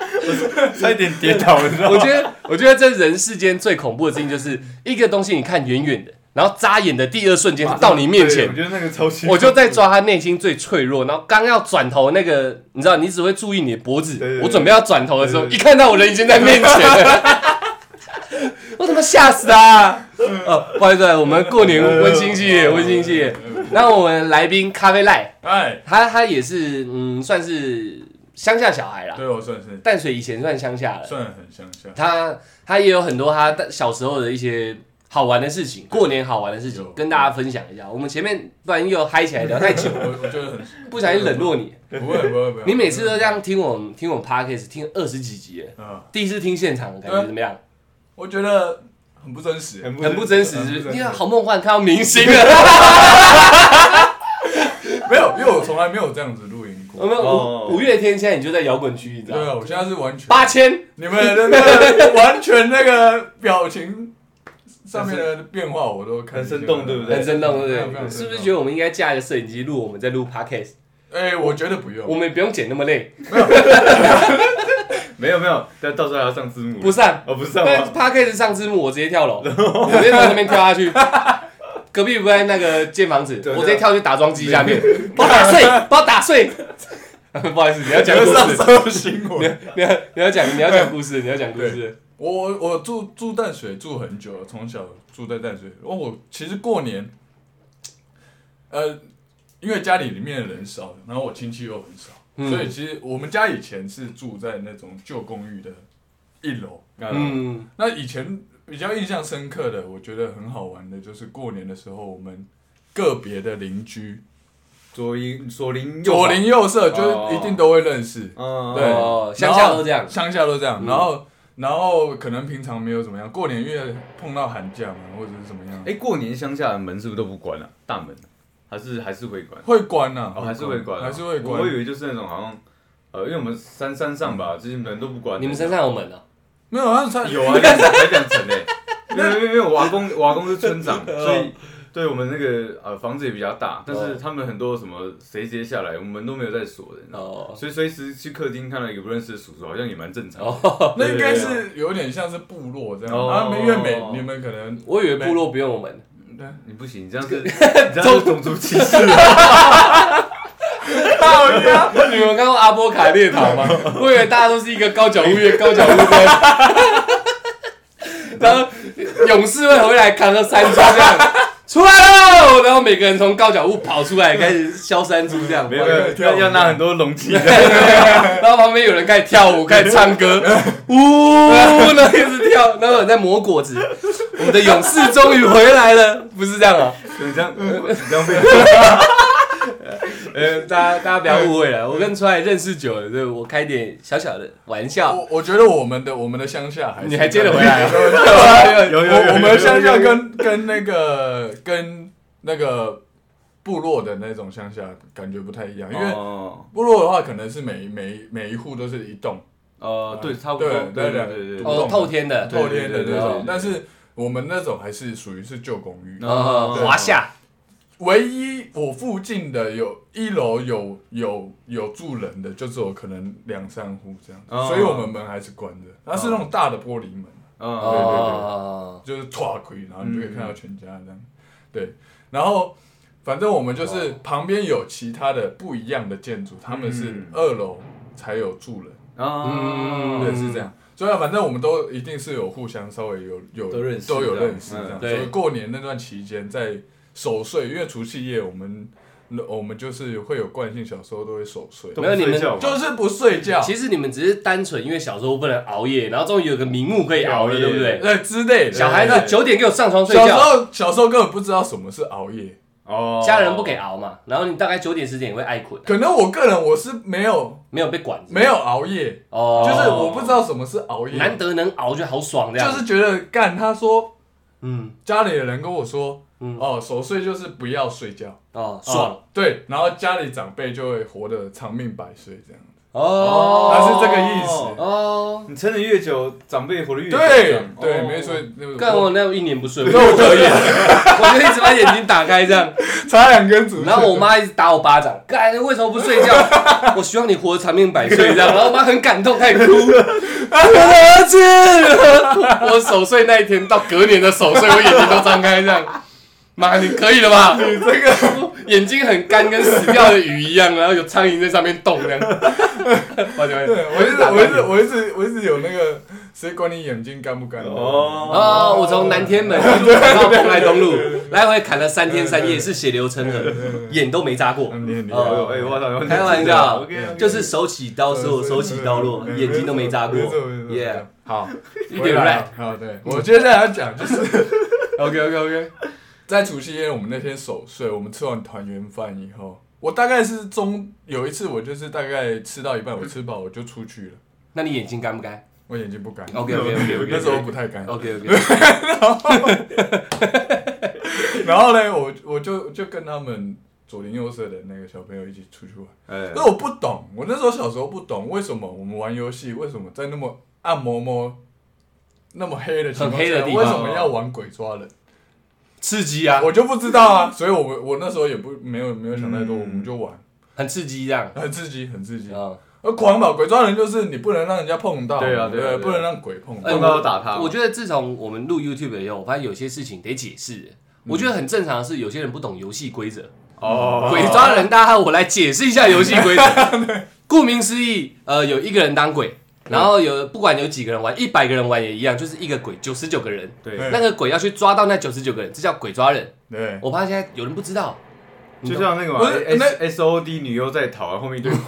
[SPEAKER 2] 我差一点跌倒，你知道
[SPEAKER 1] 我
[SPEAKER 2] 吗？
[SPEAKER 1] 觉得，我觉得这人世间最恐怖的事情就是一个东西，你看远远的，然后眨眼的第二瞬间到你面
[SPEAKER 2] 对
[SPEAKER 1] 前
[SPEAKER 2] 我，觉得那个超辛苦，
[SPEAKER 1] 我就在抓他内心最脆弱，然后刚要转头那个，你知道，你只会注意你的脖子。
[SPEAKER 2] 对对对
[SPEAKER 1] 我准备要转头的时候，
[SPEAKER 2] 对对
[SPEAKER 1] 一看到我人已经在面前 了，我他妈吓死他、哦，不好意思，我们过年温馨系列，温馨系列。 那我们来宾咖啡赖，
[SPEAKER 3] 哎，
[SPEAKER 1] 他他也是嗯，算是乡下小孩啦，
[SPEAKER 3] 对我算是
[SPEAKER 1] 淡水以前算乡下了。
[SPEAKER 3] 算很乡下，
[SPEAKER 1] 他他也有很多他小时候的一些好玩的事情，过年好玩的事情
[SPEAKER 3] 有
[SPEAKER 1] 跟大家分享一下。我们前面不然又嗨起来聊太久，
[SPEAKER 3] 我我觉得很
[SPEAKER 1] 不小心冷落你。
[SPEAKER 3] 不会不会不会，
[SPEAKER 1] 你每次都这样听我们听我们 podcast 听二十几集耶，
[SPEAKER 3] 啊，
[SPEAKER 1] 第一次听现场感觉怎么样？
[SPEAKER 3] 我觉得很不真实，
[SPEAKER 2] 很
[SPEAKER 1] 很不真实，是
[SPEAKER 2] 很
[SPEAKER 1] 不
[SPEAKER 2] 不
[SPEAKER 1] 是？
[SPEAKER 2] 真
[SPEAKER 1] 你
[SPEAKER 2] 实
[SPEAKER 1] 看好梦幻，看到明星了。
[SPEAKER 3] 没有，因为我从来没有这样子录音
[SPEAKER 1] 我
[SPEAKER 3] 过。
[SPEAKER 1] 们
[SPEAKER 2] 哦
[SPEAKER 1] 五五月天现在你就在摇滚区，你知道
[SPEAKER 3] 对
[SPEAKER 1] 吗？
[SPEAKER 3] 啊，我现在是完全
[SPEAKER 1] 八千，
[SPEAKER 3] 你们的那个完全那个表情上面的变化我都看得见
[SPEAKER 2] 很生动对不对
[SPEAKER 1] 很生动，
[SPEAKER 3] 非
[SPEAKER 1] 对
[SPEAKER 3] 常
[SPEAKER 1] 不
[SPEAKER 3] 非
[SPEAKER 1] 对？
[SPEAKER 3] 常生
[SPEAKER 1] 是
[SPEAKER 3] 动
[SPEAKER 1] 不是觉得我们应该架一个摄影机录我们在录 podcast？
[SPEAKER 3] 哎，我觉得不用
[SPEAKER 1] 我，们也不用剪那么累，
[SPEAKER 2] 没有没有，但到时候还要上字幕，
[SPEAKER 1] 不上。
[SPEAKER 2] 哦不是
[SPEAKER 1] 那
[SPEAKER 2] 吗？
[SPEAKER 1] podcast 上字幕，我直接跳楼，我直接从那边跳下去。 隔壁不在那个建房子，
[SPEAKER 2] 对
[SPEAKER 1] 我直接跳去打桩机下面，把我打碎，把我打碎。 不好意思，你要讲故
[SPEAKER 3] 上
[SPEAKER 1] 事，
[SPEAKER 3] 上新闻。
[SPEAKER 1] 你要你要讲你要讲故事，你要讲故事。
[SPEAKER 3] 我我住住淡水住很久了，从小住在淡水。我我其实过年，呃，因为家里里面的人少，然后我亲戚又很少，
[SPEAKER 1] 嗯
[SPEAKER 3] 所以其实我们家以前是住在那种旧公寓的一楼。
[SPEAKER 2] 嗯，
[SPEAKER 1] 嗯，
[SPEAKER 3] 那以前比较印象深刻的，我觉得很好玩的，就是过年的时候，我们个别的邻居
[SPEAKER 2] 左邻左邻右
[SPEAKER 3] 左邻右舍，
[SPEAKER 2] 哦
[SPEAKER 3] 就是一定都会认识。
[SPEAKER 2] 嗯
[SPEAKER 3] 对，
[SPEAKER 1] 哦
[SPEAKER 3] 然
[SPEAKER 1] 乡
[SPEAKER 3] 后
[SPEAKER 1] 下都这样
[SPEAKER 3] 乡下都这样。
[SPEAKER 1] 嗯
[SPEAKER 3] 然后，然后可能平常没有怎么样，过年因为碰到寒假嘛，或者是怎么样，
[SPEAKER 2] 哎，过年乡下的门是不是都不关了、啊大门还是还是会关？
[SPEAKER 3] 会关呐，
[SPEAKER 2] 哦，还是会关啊，
[SPEAKER 3] 还是会
[SPEAKER 2] 我
[SPEAKER 3] 关。
[SPEAKER 2] 以为就是那种好像，呃，因为我们山山上吧，这些门都不关。
[SPEAKER 1] 你们身上有门啊？
[SPEAKER 3] 没有，那才
[SPEAKER 2] 有啊，两层才两层嘞。因为因为因为我阿公我阿公是村长，所以对我们那个呃房子也比较大，但是他们很多什么谁接下来，我们门都没有在锁的，你知道吗
[SPEAKER 1] 哦
[SPEAKER 2] 所以随时去客厅看到一个不认识的叔叔，好像也蛮正常的。
[SPEAKER 1] 哦，
[SPEAKER 3] 那应该是有点像是部落这样，
[SPEAKER 2] 哦
[SPEAKER 3] 啊，因为每你们可能
[SPEAKER 1] 我以为部落不用我们，
[SPEAKER 2] 你不行，你这样是，你这样是种族歧视啊。
[SPEAKER 1] 大呀！你们看过阿波卡列塔 吗？我以为大家都是一个高脚屋月、高脚屋边， 然后勇士会回来扛着山猪这样出来喽，然后每个人从高脚屋跑出来开始削山猪这样，
[SPEAKER 2] 没有没有，要要拿很多容器的。
[SPEAKER 1] 然后旁边有人开始跳舞，开始唱歌，呜，然后一直跳，然后有人在磨果子。我们的勇士终于回来了，不是这样啊？
[SPEAKER 2] 你这样，你这样被
[SPEAKER 1] 呃，大家大家不要误会了，我跟出来认识久了，所以我开点小小的玩笑。
[SPEAKER 3] 我我觉得我们的我们的乡下还是
[SPEAKER 1] 你还接得回来啊
[SPEAKER 3] 对
[SPEAKER 2] 有有有有
[SPEAKER 3] 我我们的乡下
[SPEAKER 2] 有有有
[SPEAKER 3] 跟跟那个跟那个部落的那种乡下感觉不太一样，因为
[SPEAKER 2] 哦
[SPEAKER 3] 部落的话可能是每每每一户都是一栋。
[SPEAKER 2] 哦，对，差不多，对
[SPEAKER 3] 对
[SPEAKER 2] 对
[SPEAKER 3] 对
[SPEAKER 2] 对对
[SPEAKER 3] 对
[SPEAKER 2] 对。
[SPEAKER 1] 哦，透天的，
[SPEAKER 3] 透天啊
[SPEAKER 2] 对
[SPEAKER 3] 的
[SPEAKER 2] 对
[SPEAKER 3] 那种啊
[SPEAKER 2] 对，
[SPEAKER 3] 但是我们那种还是属于是旧公寓。
[SPEAKER 2] 嗯
[SPEAKER 1] 呃，
[SPEAKER 2] 对
[SPEAKER 1] 华夏，
[SPEAKER 3] 唯一我附近的有一楼有有有住人的，就是有可能两三户这样子，
[SPEAKER 2] 哦
[SPEAKER 3] 所以我们门还是关着。它是那种大的玻璃门，
[SPEAKER 2] 嗯，
[SPEAKER 3] 对
[SPEAKER 1] 哦，
[SPEAKER 3] 就是跨开，然后你就可以看到全家这样。对，然后反正我们就是旁边有其他的不一样的建筑，他们是
[SPEAKER 2] 嗯
[SPEAKER 3] 二楼才有住人，
[SPEAKER 2] 啊，
[SPEAKER 1] 嗯
[SPEAKER 3] 对，是这样。所以反正我们都一定是有互相稍微有有
[SPEAKER 2] 都认识
[SPEAKER 3] 都有
[SPEAKER 2] 这样
[SPEAKER 3] 认识这样。
[SPEAKER 2] 嗯
[SPEAKER 3] 所
[SPEAKER 1] 对
[SPEAKER 3] 以过年那段期间在守岁，因为除夕夜我们我们就是会有惯性，小时候都会守岁，
[SPEAKER 1] 没有你们
[SPEAKER 3] 就
[SPEAKER 2] 就是
[SPEAKER 3] 不睡觉，
[SPEAKER 1] 哦其实你们只是单纯因为小时候不能熬夜，然后终于有个名目可以熬了，
[SPEAKER 2] 熬夜
[SPEAKER 1] 对不对？
[SPEAKER 3] 呃之类的。
[SPEAKER 1] 小孩子
[SPEAKER 2] 对
[SPEAKER 1] 九点给我上床睡
[SPEAKER 3] 小时
[SPEAKER 1] 觉，
[SPEAKER 3] 候小时候根本不知道什么是熬夜，
[SPEAKER 2] 哦
[SPEAKER 1] 家人不给熬嘛，然后你大概九点十点也会爱 困，
[SPEAKER 3] 可能我个人我是没有
[SPEAKER 1] 没有被管，
[SPEAKER 3] 没有熬夜，
[SPEAKER 1] 哦，
[SPEAKER 3] 就是我不知道什么是熬夜，
[SPEAKER 1] 难得能熬就好爽这样，
[SPEAKER 3] 就是觉得干他说
[SPEAKER 1] 嗯
[SPEAKER 3] 家里的人跟我说，
[SPEAKER 1] 嗯
[SPEAKER 3] 哦守岁就是不要睡觉。
[SPEAKER 1] 哦爽
[SPEAKER 3] 哦对，然后家里长辈就会活得长命百岁这样，
[SPEAKER 1] 哦，
[SPEAKER 3] 他是这个意思。
[SPEAKER 1] 哦，
[SPEAKER 2] 你撑的越久，长辈活得越久这
[SPEAKER 3] 对
[SPEAKER 2] 样
[SPEAKER 3] 对，
[SPEAKER 2] 哦
[SPEAKER 3] 没错，那个
[SPEAKER 1] 干我那有一年不 睡，我就
[SPEAKER 3] 我可以
[SPEAKER 1] 我就一直把眼睛打开这样，
[SPEAKER 3] 插两 根竹，
[SPEAKER 1] 然后我妈一直打我巴掌，干为什么不睡 觉？我希望你活得长命百岁这样，然后我妈很感动，开始 哭，儿子，我守岁那一天到隔年的守岁，我眼睛都张开这样，妈，你可以了吧？你这个眼睛很干，跟死掉的鱼一样，然后有苍蝇在上面动这 样。抱歉，
[SPEAKER 3] 对，我一 直我一直我一直我一直有那个，谁管你眼睛干不干？
[SPEAKER 2] 哦
[SPEAKER 1] 哦，我从南天门一路砍到蓬莱东路，来回砍了三天三夜，是血流成河，眼都没眨过。
[SPEAKER 3] 嗯，你你
[SPEAKER 1] 哦
[SPEAKER 2] 哎，我操！
[SPEAKER 1] 开玩笑
[SPEAKER 2] OK，OK，
[SPEAKER 1] 就是手起刀落，
[SPEAKER 3] 嗯
[SPEAKER 1] 手起刀落，
[SPEAKER 3] 嗯
[SPEAKER 1] 眼睛都没眨过
[SPEAKER 3] 没错没。错
[SPEAKER 1] Yeah，好， 一
[SPEAKER 3] 回
[SPEAKER 1] 点
[SPEAKER 3] 来
[SPEAKER 1] rap。
[SPEAKER 3] 了好，对，我接下来要讲就是
[SPEAKER 1] OK OK OK。
[SPEAKER 3] 在除夕夜，我们那天守岁，我们吃完团圆饭以后，我大概是中有一次，我就是大概吃到一半，我吃饱我就出去了，
[SPEAKER 1] 那你眼睛干不干
[SPEAKER 3] 我眼睛不干。
[SPEAKER 1] ？OK OK OK OK。
[SPEAKER 3] 那时候不太干。
[SPEAKER 1] OK OK。
[SPEAKER 3] 然后呢，我我就就跟他们左邻右舍的那个小朋友一起出去玩。
[SPEAKER 2] 哎
[SPEAKER 3] 那我不懂，我那时候小时候不懂为什么我们玩游戏，为什么在那么暗摸摸、那么黑的情
[SPEAKER 1] 很
[SPEAKER 3] 况
[SPEAKER 1] 黑的
[SPEAKER 3] 下，
[SPEAKER 1] 地
[SPEAKER 3] 为
[SPEAKER 1] 方啊
[SPEAKER 3] 什么要玩鬼抓人？
[SPEAKER 1] 刺激啊，
[SPEAKER 3] 我就不知道啊，所以我我那时候也不没有没有想太多，
[SPEAKER 2] 嗯
[SPEAKER 3] 我们就玩，
[SPEAKER 1] 很刺激这样。
[SPEAKER 3] 很刺激，很刺激。
[SPEAKER 1] 啊，
[SPEAKER 3] 而狂跑鬼抓人就是你不能让人家碰到，
[SPEAKER 2] 对啊
[SPEAKER 3] 对
[SPEAKER 2] 对啊对啊
[SPEAKER 3] 不能让鬼碰
[SPEAKER 1] 哎
[SPEAKER 3] 到。
[SPEAKER 2] 碰到要打他嘛。
[SPEAKER 1] 我觉得自从我们录 YouTube 以后，我发现有些事情得解
[SPEAKER 3] 嗯
[SPEAKER 1] 释。我觉得很正常的是，有些人不懂游戏规则。
[SPEAKER 2] 哦
[SPEAKER 1] 鬼抓人，大家好，我来解释一下游戏规则。 顾名思义，呃，有一个人当鬼，然后有不管有几个人玩，一百个人玩也一样，就是一个鬼，九十九个人。
[SPEAKER 2] 对，
[SPEAKER 1] 那个鬼要去抓到那九十九个人，这叫鬼抓人。
[SPEAKER 3] 对，
[SPEAKER 1] 我怕现在有人不知道，你
[SPEAKER 2] 就
[SPEAKER 1] 懂
[SPEAKER 2] 像那个嘛
[SPEAKER 3] 不是那哦
[SPEAKER 2] ，S S O D 女优在逃，然后后面一堆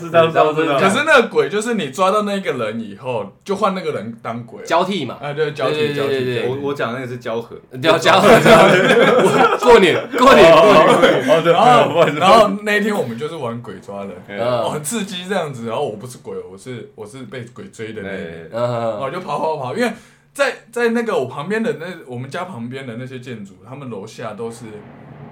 [SPEAKER 2] 是这样，是这样，是这
[SPEAKER 1] 对
[SPEAKER 3] 可
[SPEAKER 2] 样。
[SPEAKER 3] 是那个鬼就是你抓到那个人以后，就换那个人当鬼。
[SPEAKER 1] 交替嘛，
[SPEAKER 3] 啊，对，交替
[SPEAKER 1] 对对对
[SPEAKER 3] 交
[SPEAKER 1] 对
[SPEAKER 3] 替
[SPEAKER 1] 对
[SPEAKER 3] 交替。
[SPEAKER 2] 我我讲的那个是交合，
[SPEAKER 1] 要交替。我过年过年过年，
[SPEAKER 2] 哦对，
[SPEAKER 3] 然 后
[SPEAKER 2] 然
[SPEAKER 3] 然后那一天我们就是玩鬼抓人，
[SPEAKER 1] 嗯
[SPEAKER 3] 哦，很刺激这样子。然后我不是鬼，我是我是被鬼追的那一个，
[SPEAKER 2] 哎，
[SPEAKER 1] 嗯
[SPEAKER 3] 然后我就跑跑跑，因为在在那个我旁边的那我们家旁边的那些建筑，他们楼下都是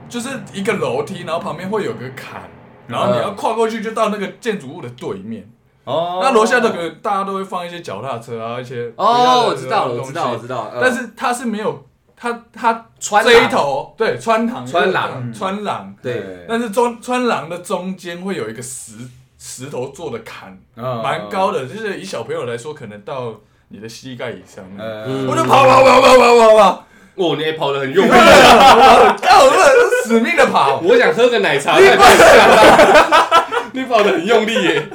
[SPEAKER 3] 就是一个楼梯，然后旁边会有个坎。然
[SPEAKER 1] 嗯
[SPEAKER 3] 后你要跨过去，就到那个建筑物的对面。
[SPEAKER 2] 哦，
[SPEAKER 3] 那楼下的可能大家都会放一些脚踏车啊，一些
[SPEAKER 1] 哦，我知道了，我知道，我
[SPEAKER 3] 了。
[SPEAKER 1] 知道。嗯
[SPEAKER 3] 但是它是没有，它它
[SPEAKER 1] 穿啊
[SPEAKER 3] 这一
[SPEAKER 1] 堂
[SPEAKER 3] 头对穿堂
[SPEAKER 1] 穿廊
[SPEAKER 3] 穿廊
[SPEAKER 1] 对
[SPEAKER 3] 但是中穿廊的中间会有一个石石头做的坎，蛮
[SPEAKER 2] 蛮
[SPEAKER 3] 高，的，就是以小朋友来说，可能到你的膝盖以上。
[SPEAKER 2] 呃，
[SPEAKER 3] 我就跑跑跑跑跑 跑跑，
[SPEAKER 1] 哦，你也跑得很用力。
[SPEAKER 3] 干我们死命的跑，
[SPEAKER 1] 我想喝个奶茶。啊你跑， 你跑得很用力耶！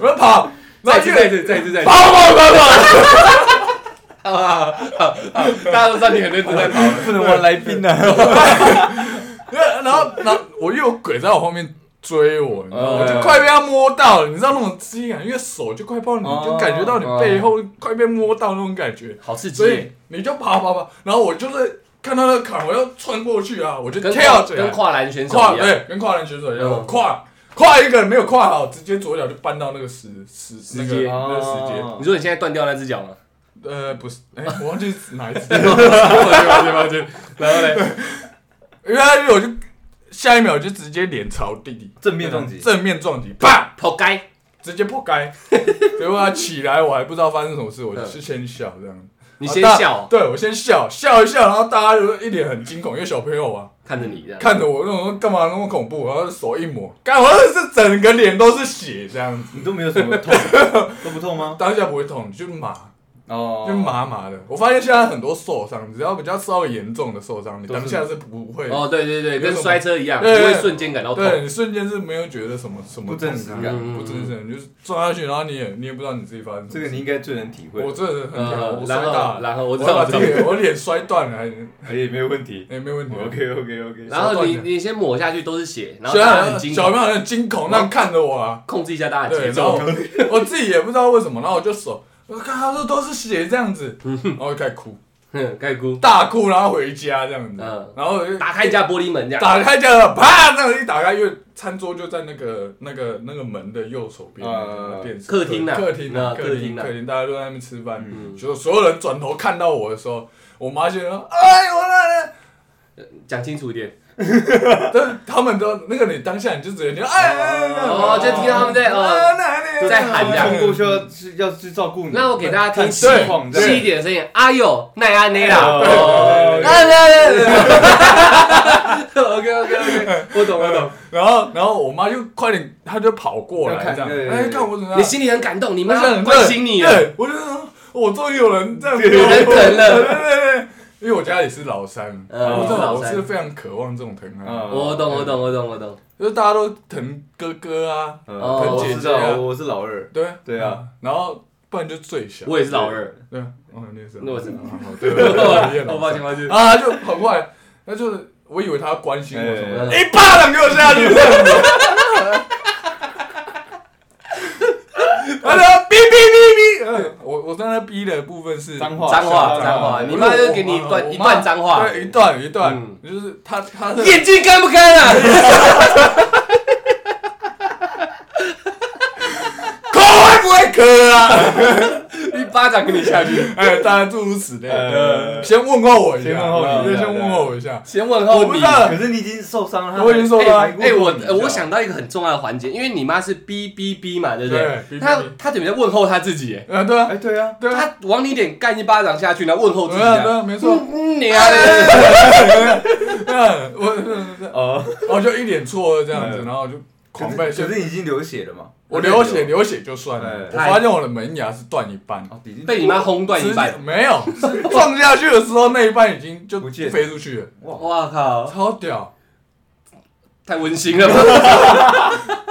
[SPEAKER 3] 我们跑，然
[SPEAKER 1] 再一
[SPEAKER 3] 后
[SPEAKER 1] 次，再一
[SPEAKER 3] 越
[SPEAKER 1] 次，再一次，再一次
[SPEAKER 3] 跑。跑跑跑，
[SPEAKER 1] 好好好，好 大家都知道你很认真在跑。
[SPEAKER 2] 不能玩来宾 啊。
[SPEAKER 3] 然后然后我又有鬼在我后面。追我，你知
[SPEAKER 2] 哦
[SPEAKER 3] 道吗？
[SPEAKER 1] 嗯
[SPEAKER 3] 我就快被他摸到了，你知道那种刺激感，因为手就快碰到
[SPEAKER 2] 哦
[SPEAKER 3] 你，就感觉到你背后快被摸到那种感觉。
[SPEAKER 1] 好刺激
[SPEAKER 3] 所
[SPEAKER 1] 耶！
[SPEAKER 3] 以你就跑跑跑，然后我就是看到那个坎，我要穿过去啊，我就
[SPEAKER 1] 跟
[SPEAKER 3] 跳
[SPEAKER 1] 跨
[SPEAKER 3] 起来，
[SPEAKER 1] 跟跨栏选手
[SPEAKER 3] 跨
[SPEAKER 1] 一样，
[SPEAKER 3] 对，跟跨栏选手一样，
[SPEAKER 1] 嗯
[SPEAKER 3] 我跨跨一个没有跨好，直接左脚就扳到那个石石那
[SPEAKER 1] 直接
[SPEAKER 3] 个
[SPEAKER 2] 哦
[SPEAKER 3] 那个石阶，
[SPEAKER 1] 你说你现在断掉那只 脚吗？
[SPEAKER 3] 呃，不是，哎，我忘记是哪一只，
[SPEAKER 1] 抱歉抱歉， 然后嘞，
[SPEAKER 3] 原来我就下一秒就直接脸朝地，
[SPEAKER 2] 正面撞击
[SPEAKER 3] 正面撞击，啪，
[SPEAKER 1] 跑该。
[SPEAKER 3] 直接破 开，结果他起来，我还不知道发生什么事，我就是先笑这样，
[SPEAKER 1] 嗯
[SPEAKER 3] 啊
[SPEAKER 1] 你先
[SPEAKER 3] 然后大
[SPEAKER 1] 笑，
[SPEAKER 3] 对我先笑笑一笑，然后大家就一脸很惊恐，因为小朋友啊。
[SPEAKER 1] 看着你这样。
[SPEAKER 3] 看着我那种干嘛那么恐怖，然后手一抹，干我是整个脸都是血这样子，
[SPEAKER 2] 你都没有什么 痛，都不痛吗？
[SPEAKER 3] 当下不会痛，就麻，
[SPEAKER 2] 哦，
[SPEAKER 3] 就麻麻的。我发现现在很多受伤，只要比较稍微严重的受伤，你
[SPEAKER 2] 都是
[SPEAKER 3] 当下是不会，
[SPEAKER 1] 哦，对对对，跟
[SPEAKER 3] 有什么
[SPEAKER 1] 摔车一样，不
[SPEAKER 3] 对对
[SPEAKER 1] 会
[SPEAKER 3] 对
[SPEAKER 1] 瞬间感到痛。
[SPEAKER 3] 对你瞬间是没有觉得什么什么
[SPEAKER 2] 不真实
[SPEAKER 3] 痛
[SPEAKER 2] 感
[SPEAKER 1] 嗯
[SPEAKER 3] 不真实，你就是撞下去，然后你也你也不知道你自己发生什
[SPEAKER 2] 这
[SPEAKER 3] 么
[SPEAKER 2] 个
[SPEAKER 3] 事。
[SPEAKER 2] 你应该最能体会，
[SPEAKER 3] 我这人很屌
[SPEAKER 1] 呃
[SPEAKER 3] 我摔
[SPEAKER 1] 然
[SPEAKER 3] 大
[SPEAKER 1] 后
[SPEAKER 3] 了，
[SPEAKER 1] 然后我
[SPEAKER 3] 我
[SPEAKER 1] 知道我
[SPEAKER 3] 把
[SPEAKER 1] 知
[SPEAKER 3] 自
[SPEAKER 1] 道。
[SPEAKER 3] 己我脸摔断了，还
[SPEAKER 2] 哎也没有问题。
[SPEAKER 3] 也没问题。啊
[SPEAKER 2] OK OK OK，
[SPEAKER 1] 然后你
[SPEAKER 3] 手断
[SPEAKER 1] 你先抹下去都是血，然后
[SPEAKER 3] 小
[SPEAKER 1] 大家
[SPEAKER 3] 朋
[SPEAKER 1] 很
[SPEAKER 3] 友
[SPEAKER 1] 惊
[SPEAKER 3] 小
[SPEAKER 1] 恐，
[SPEAKER 3] 朋友很惊恐，那看着我啊，
[SPEAKER 1] 控制一下大家的
[SPEAKER 3] 对，
[SPEAKER 1] 节
[SPEAKER 3] 然后
[SPEAKER 1] 奏。
[SPEAKER 3] 我我自己也不知道为什么，然后我就手，我看他说都是血这样 子，然后我就开始哭，
[SPEAKER 1] 哼，盖姑，
[SPEAKER 3] 大哭，然后回家这样子，
[SPEAKER 1] 嗯
[SPEAKER 3] 然后我就
[SPEAKER 1] 打开你家玻璃门这样。
[SPEAKER 3] 打开家门，啪，这样一打开，因为餐桌就在那个那个那个门的右手边，
[SPEAKER 2] 呃
[SPEAKER 3] 电视
[SPEAKER 1] 客厅啊
[SPEAKER 3] 客厅
[SPEAKER 1] 嗯
[SPEAKER 3] 啊，
[SPEAKER 1] 客
[SPEAKER 3] 客
[SPEAKER 1] 厅
[SPEAKER 3] 厅，
[SPEAKER 1] 啊
[SPEAKER 3] 客厅，大家都在那边吃饭，
[SPEAKER 1] 嗯
[SPEAKER 3] 就所有人转头看到我的时候，我妈就说，哎，我来了，
[SPEAKER 1] 讲清楚一点。
[SPEAKER 3] 但是他们都那个你当下你就直接听，哎哎，哎
[SPEAKER 1] 哦，就听到他们在哦。
[SPEAKER 3] 啊哪里
[SPEAKER 1] 在喊这样
[SPEAKER 2] 通过去要去要去照顾你。
[SPEAKER 1] 那我给大家听细
[SPEAKER 3] 对
[SPEAKER 2] 况
[SPEAKER 1] 细一
[SPEAKER 2] 对
[SPEAKER 1] 点的声音。哎呦，奈安内啦。
[SPEAKER 2] 哦
[SPEAKER 1] 哦
[SPEAKER 2] 对对对对
[SPEAKER 1] 哎呀 呀 OK OK OK，我懂我懂。
[SPEAKER 3] 然后，然后我妈就快点，她就跑过来
[SPEAKER 2] 要
[SPEAKER 3] 这
[SPEAKER 2] 看
[SPEAKER 3] 样，
[SPEAKER 2] 对对
[SPEAKER 3] 哎，
[SPEAKER 2] 对
[SPEAKER 3] 看我怎么样？
[SPEAKER 1] 你心里很感动，你妈
[SPEAKER 3] 我想哦
[SPEAKER 1] 关心你了。啊
[SPEAKER 3] 对，我就说，我终于有人这样
[SPEAKER 2] 对有
[SPEAKER 1] 人疼了
[SPEAKER 3] 对对对。因为我家也是老三，
[SPEAKER 1] 嗯
[SPEAKER 3] 我知道
[SPEAKER 1] 老
[SPEAKER 3] 我
[SPEAKER 1] 三哦
[SPEAKER 3] 是非常渴望这种疼爱，
[SPEAKER 2] 嗯
[SPEAKER 1] 我懂，我懂，我懂，我懂。
[SPEAKER 3] 就是大家都疼哥哥啊，
[SPEAKER 2] 嗯
[SPEAKER 1] 哦
[SPEAKER 2] 我
[SPEAKER 3] 姐
[SPEAKER 2] 知
[SPEAKER 3] 姐啊
[SPEAKER 2] 道，我是老二，
[SPEAKER 3] 对
[SPEAKER 2] 对啊，
[SPEAKER 3] 嗯然后不然就最小，
[SPEAKER 1] 我也是老二，
[SPEAKER 3] 对，哦，你也是，
[SPEAKER 1] 那我是
[SPEAKER 3] 哦好对，我也是
[SPEAKER 1] 我
[SPEAKER 3] 老
[SPEAKER 1] 抱
[SPEAKER 3] 三
[SPEAKER 1] 歉，抱歉。
[SPEAKER 3] 啊，就跑过来，那就是我以为他关心我什么的，
[SPEAKER 1] 哎
[SPEAKER 3] 一巴掌给我下去， 这样子。他说哔哔哔哔，我我刚才逼的部分是
[SPEAKER 2] 脏话，
[SPEAKER 1] 脏话，
[SPEAKER 3] 脏
[SPEAKER 1] 脏话，
[SPEAKER 3] 话
[SPEAKER 1] 你妈就给你一
[SPEAKER 3] 我
[SPEAKER 1] 段
[SPEAKER 3] 妈
[SPEAKER 1] 一段脏话，
[SPEAKER 3] 对一段一段
[SPEAKER 1] 嗯，
[SPEAKER 3] 就是他他的
[SPEAKER 1] 眼睛干不干啊？
[SPEAKER 3] 口会不会渴啊？
[SPEAKER 1] 一巴掌给你下去，
[SPEAKER 3] 哎，当然诸如此类的，
[SPEAKER 2] 呃
[SPEAKER 3] 先问候我一下，
[SPEAKER 2] 先问候你
[SPEAKER 3] 对
[SPEAKER 2] 一下
[SPEAKER 3] 先问候我一下，
[SPEAKER 1] 先问
[SPEAKER 3] 我
[SPEAKER 1] 候
[SPEAKER 3] 不
[SPEAKER 1] 你
[SPEAKER 3] 知。道
[SPEAKER 2] 可是你已经受伤了，他
[SPEAKER 3] 我已经受伤了
[SPEAKER 2] 还
[SPEAKER 1] 哎、
[SPEAKER 2] 还
[SPEAKER 1] 我
[SPEAKER 2] 问候你一下
[SPEAKER 1] 呃我想到一个很重要的环节，因为你妈是哔哔哔嘛，对不对？
[SPEAKER 3] 对哔哔哔
[SPEAKER 1] 她她等于在问候她自己，哎
[SPEAKER 3] 啊，对啊
[SPEAKER 2] 哎，，对啊，
[SPEAKER 3] 对啊，
[SPEAKER 1] 她往你脸干一巴掌下去，然后问候自己
[SPEAKER 3] 对啊，对
[SPEAKER 1] 啊，
[SPEAKER 3] 啊，没错，
[SPEAKER 1] 嗯你啊，
[SPEAKER 3] 嗯，我
[SPEAKER 2] 哦，
[SPEAKER 3] 我就一脸错愕这样子，
[SPEAKER 2] 嗯
[SPEAKER 3] 然后就狂
[SPEAKER 2] 可
[SPEAKER 3] 被
[SPEAKER 2] 是可是你已经流血了嘛？
[SPEAKER 3] 我流血流血就算了
[SPEAKER 2] 哎，
[SPEAKER 3] 我发现我的门牙是断一半，
[SPEAKER 2] 哦，已经
[SPEAKER 1] 被你妈轰断一
[SPEAKER 3] 直
[SPEAKER 1] 半
[SPEAKER 3] 接，没有，是撞下去的时候那一半已经就
[SPEAKER 2] 不见了
[SPEAKER 3] 飞出去了，
[SPEAKER 2] 哇，
[SPEAKER 1] 哇靠，
[SPEAKER 3] 超屌！
[SPEAKER 1] 太温馨了吧？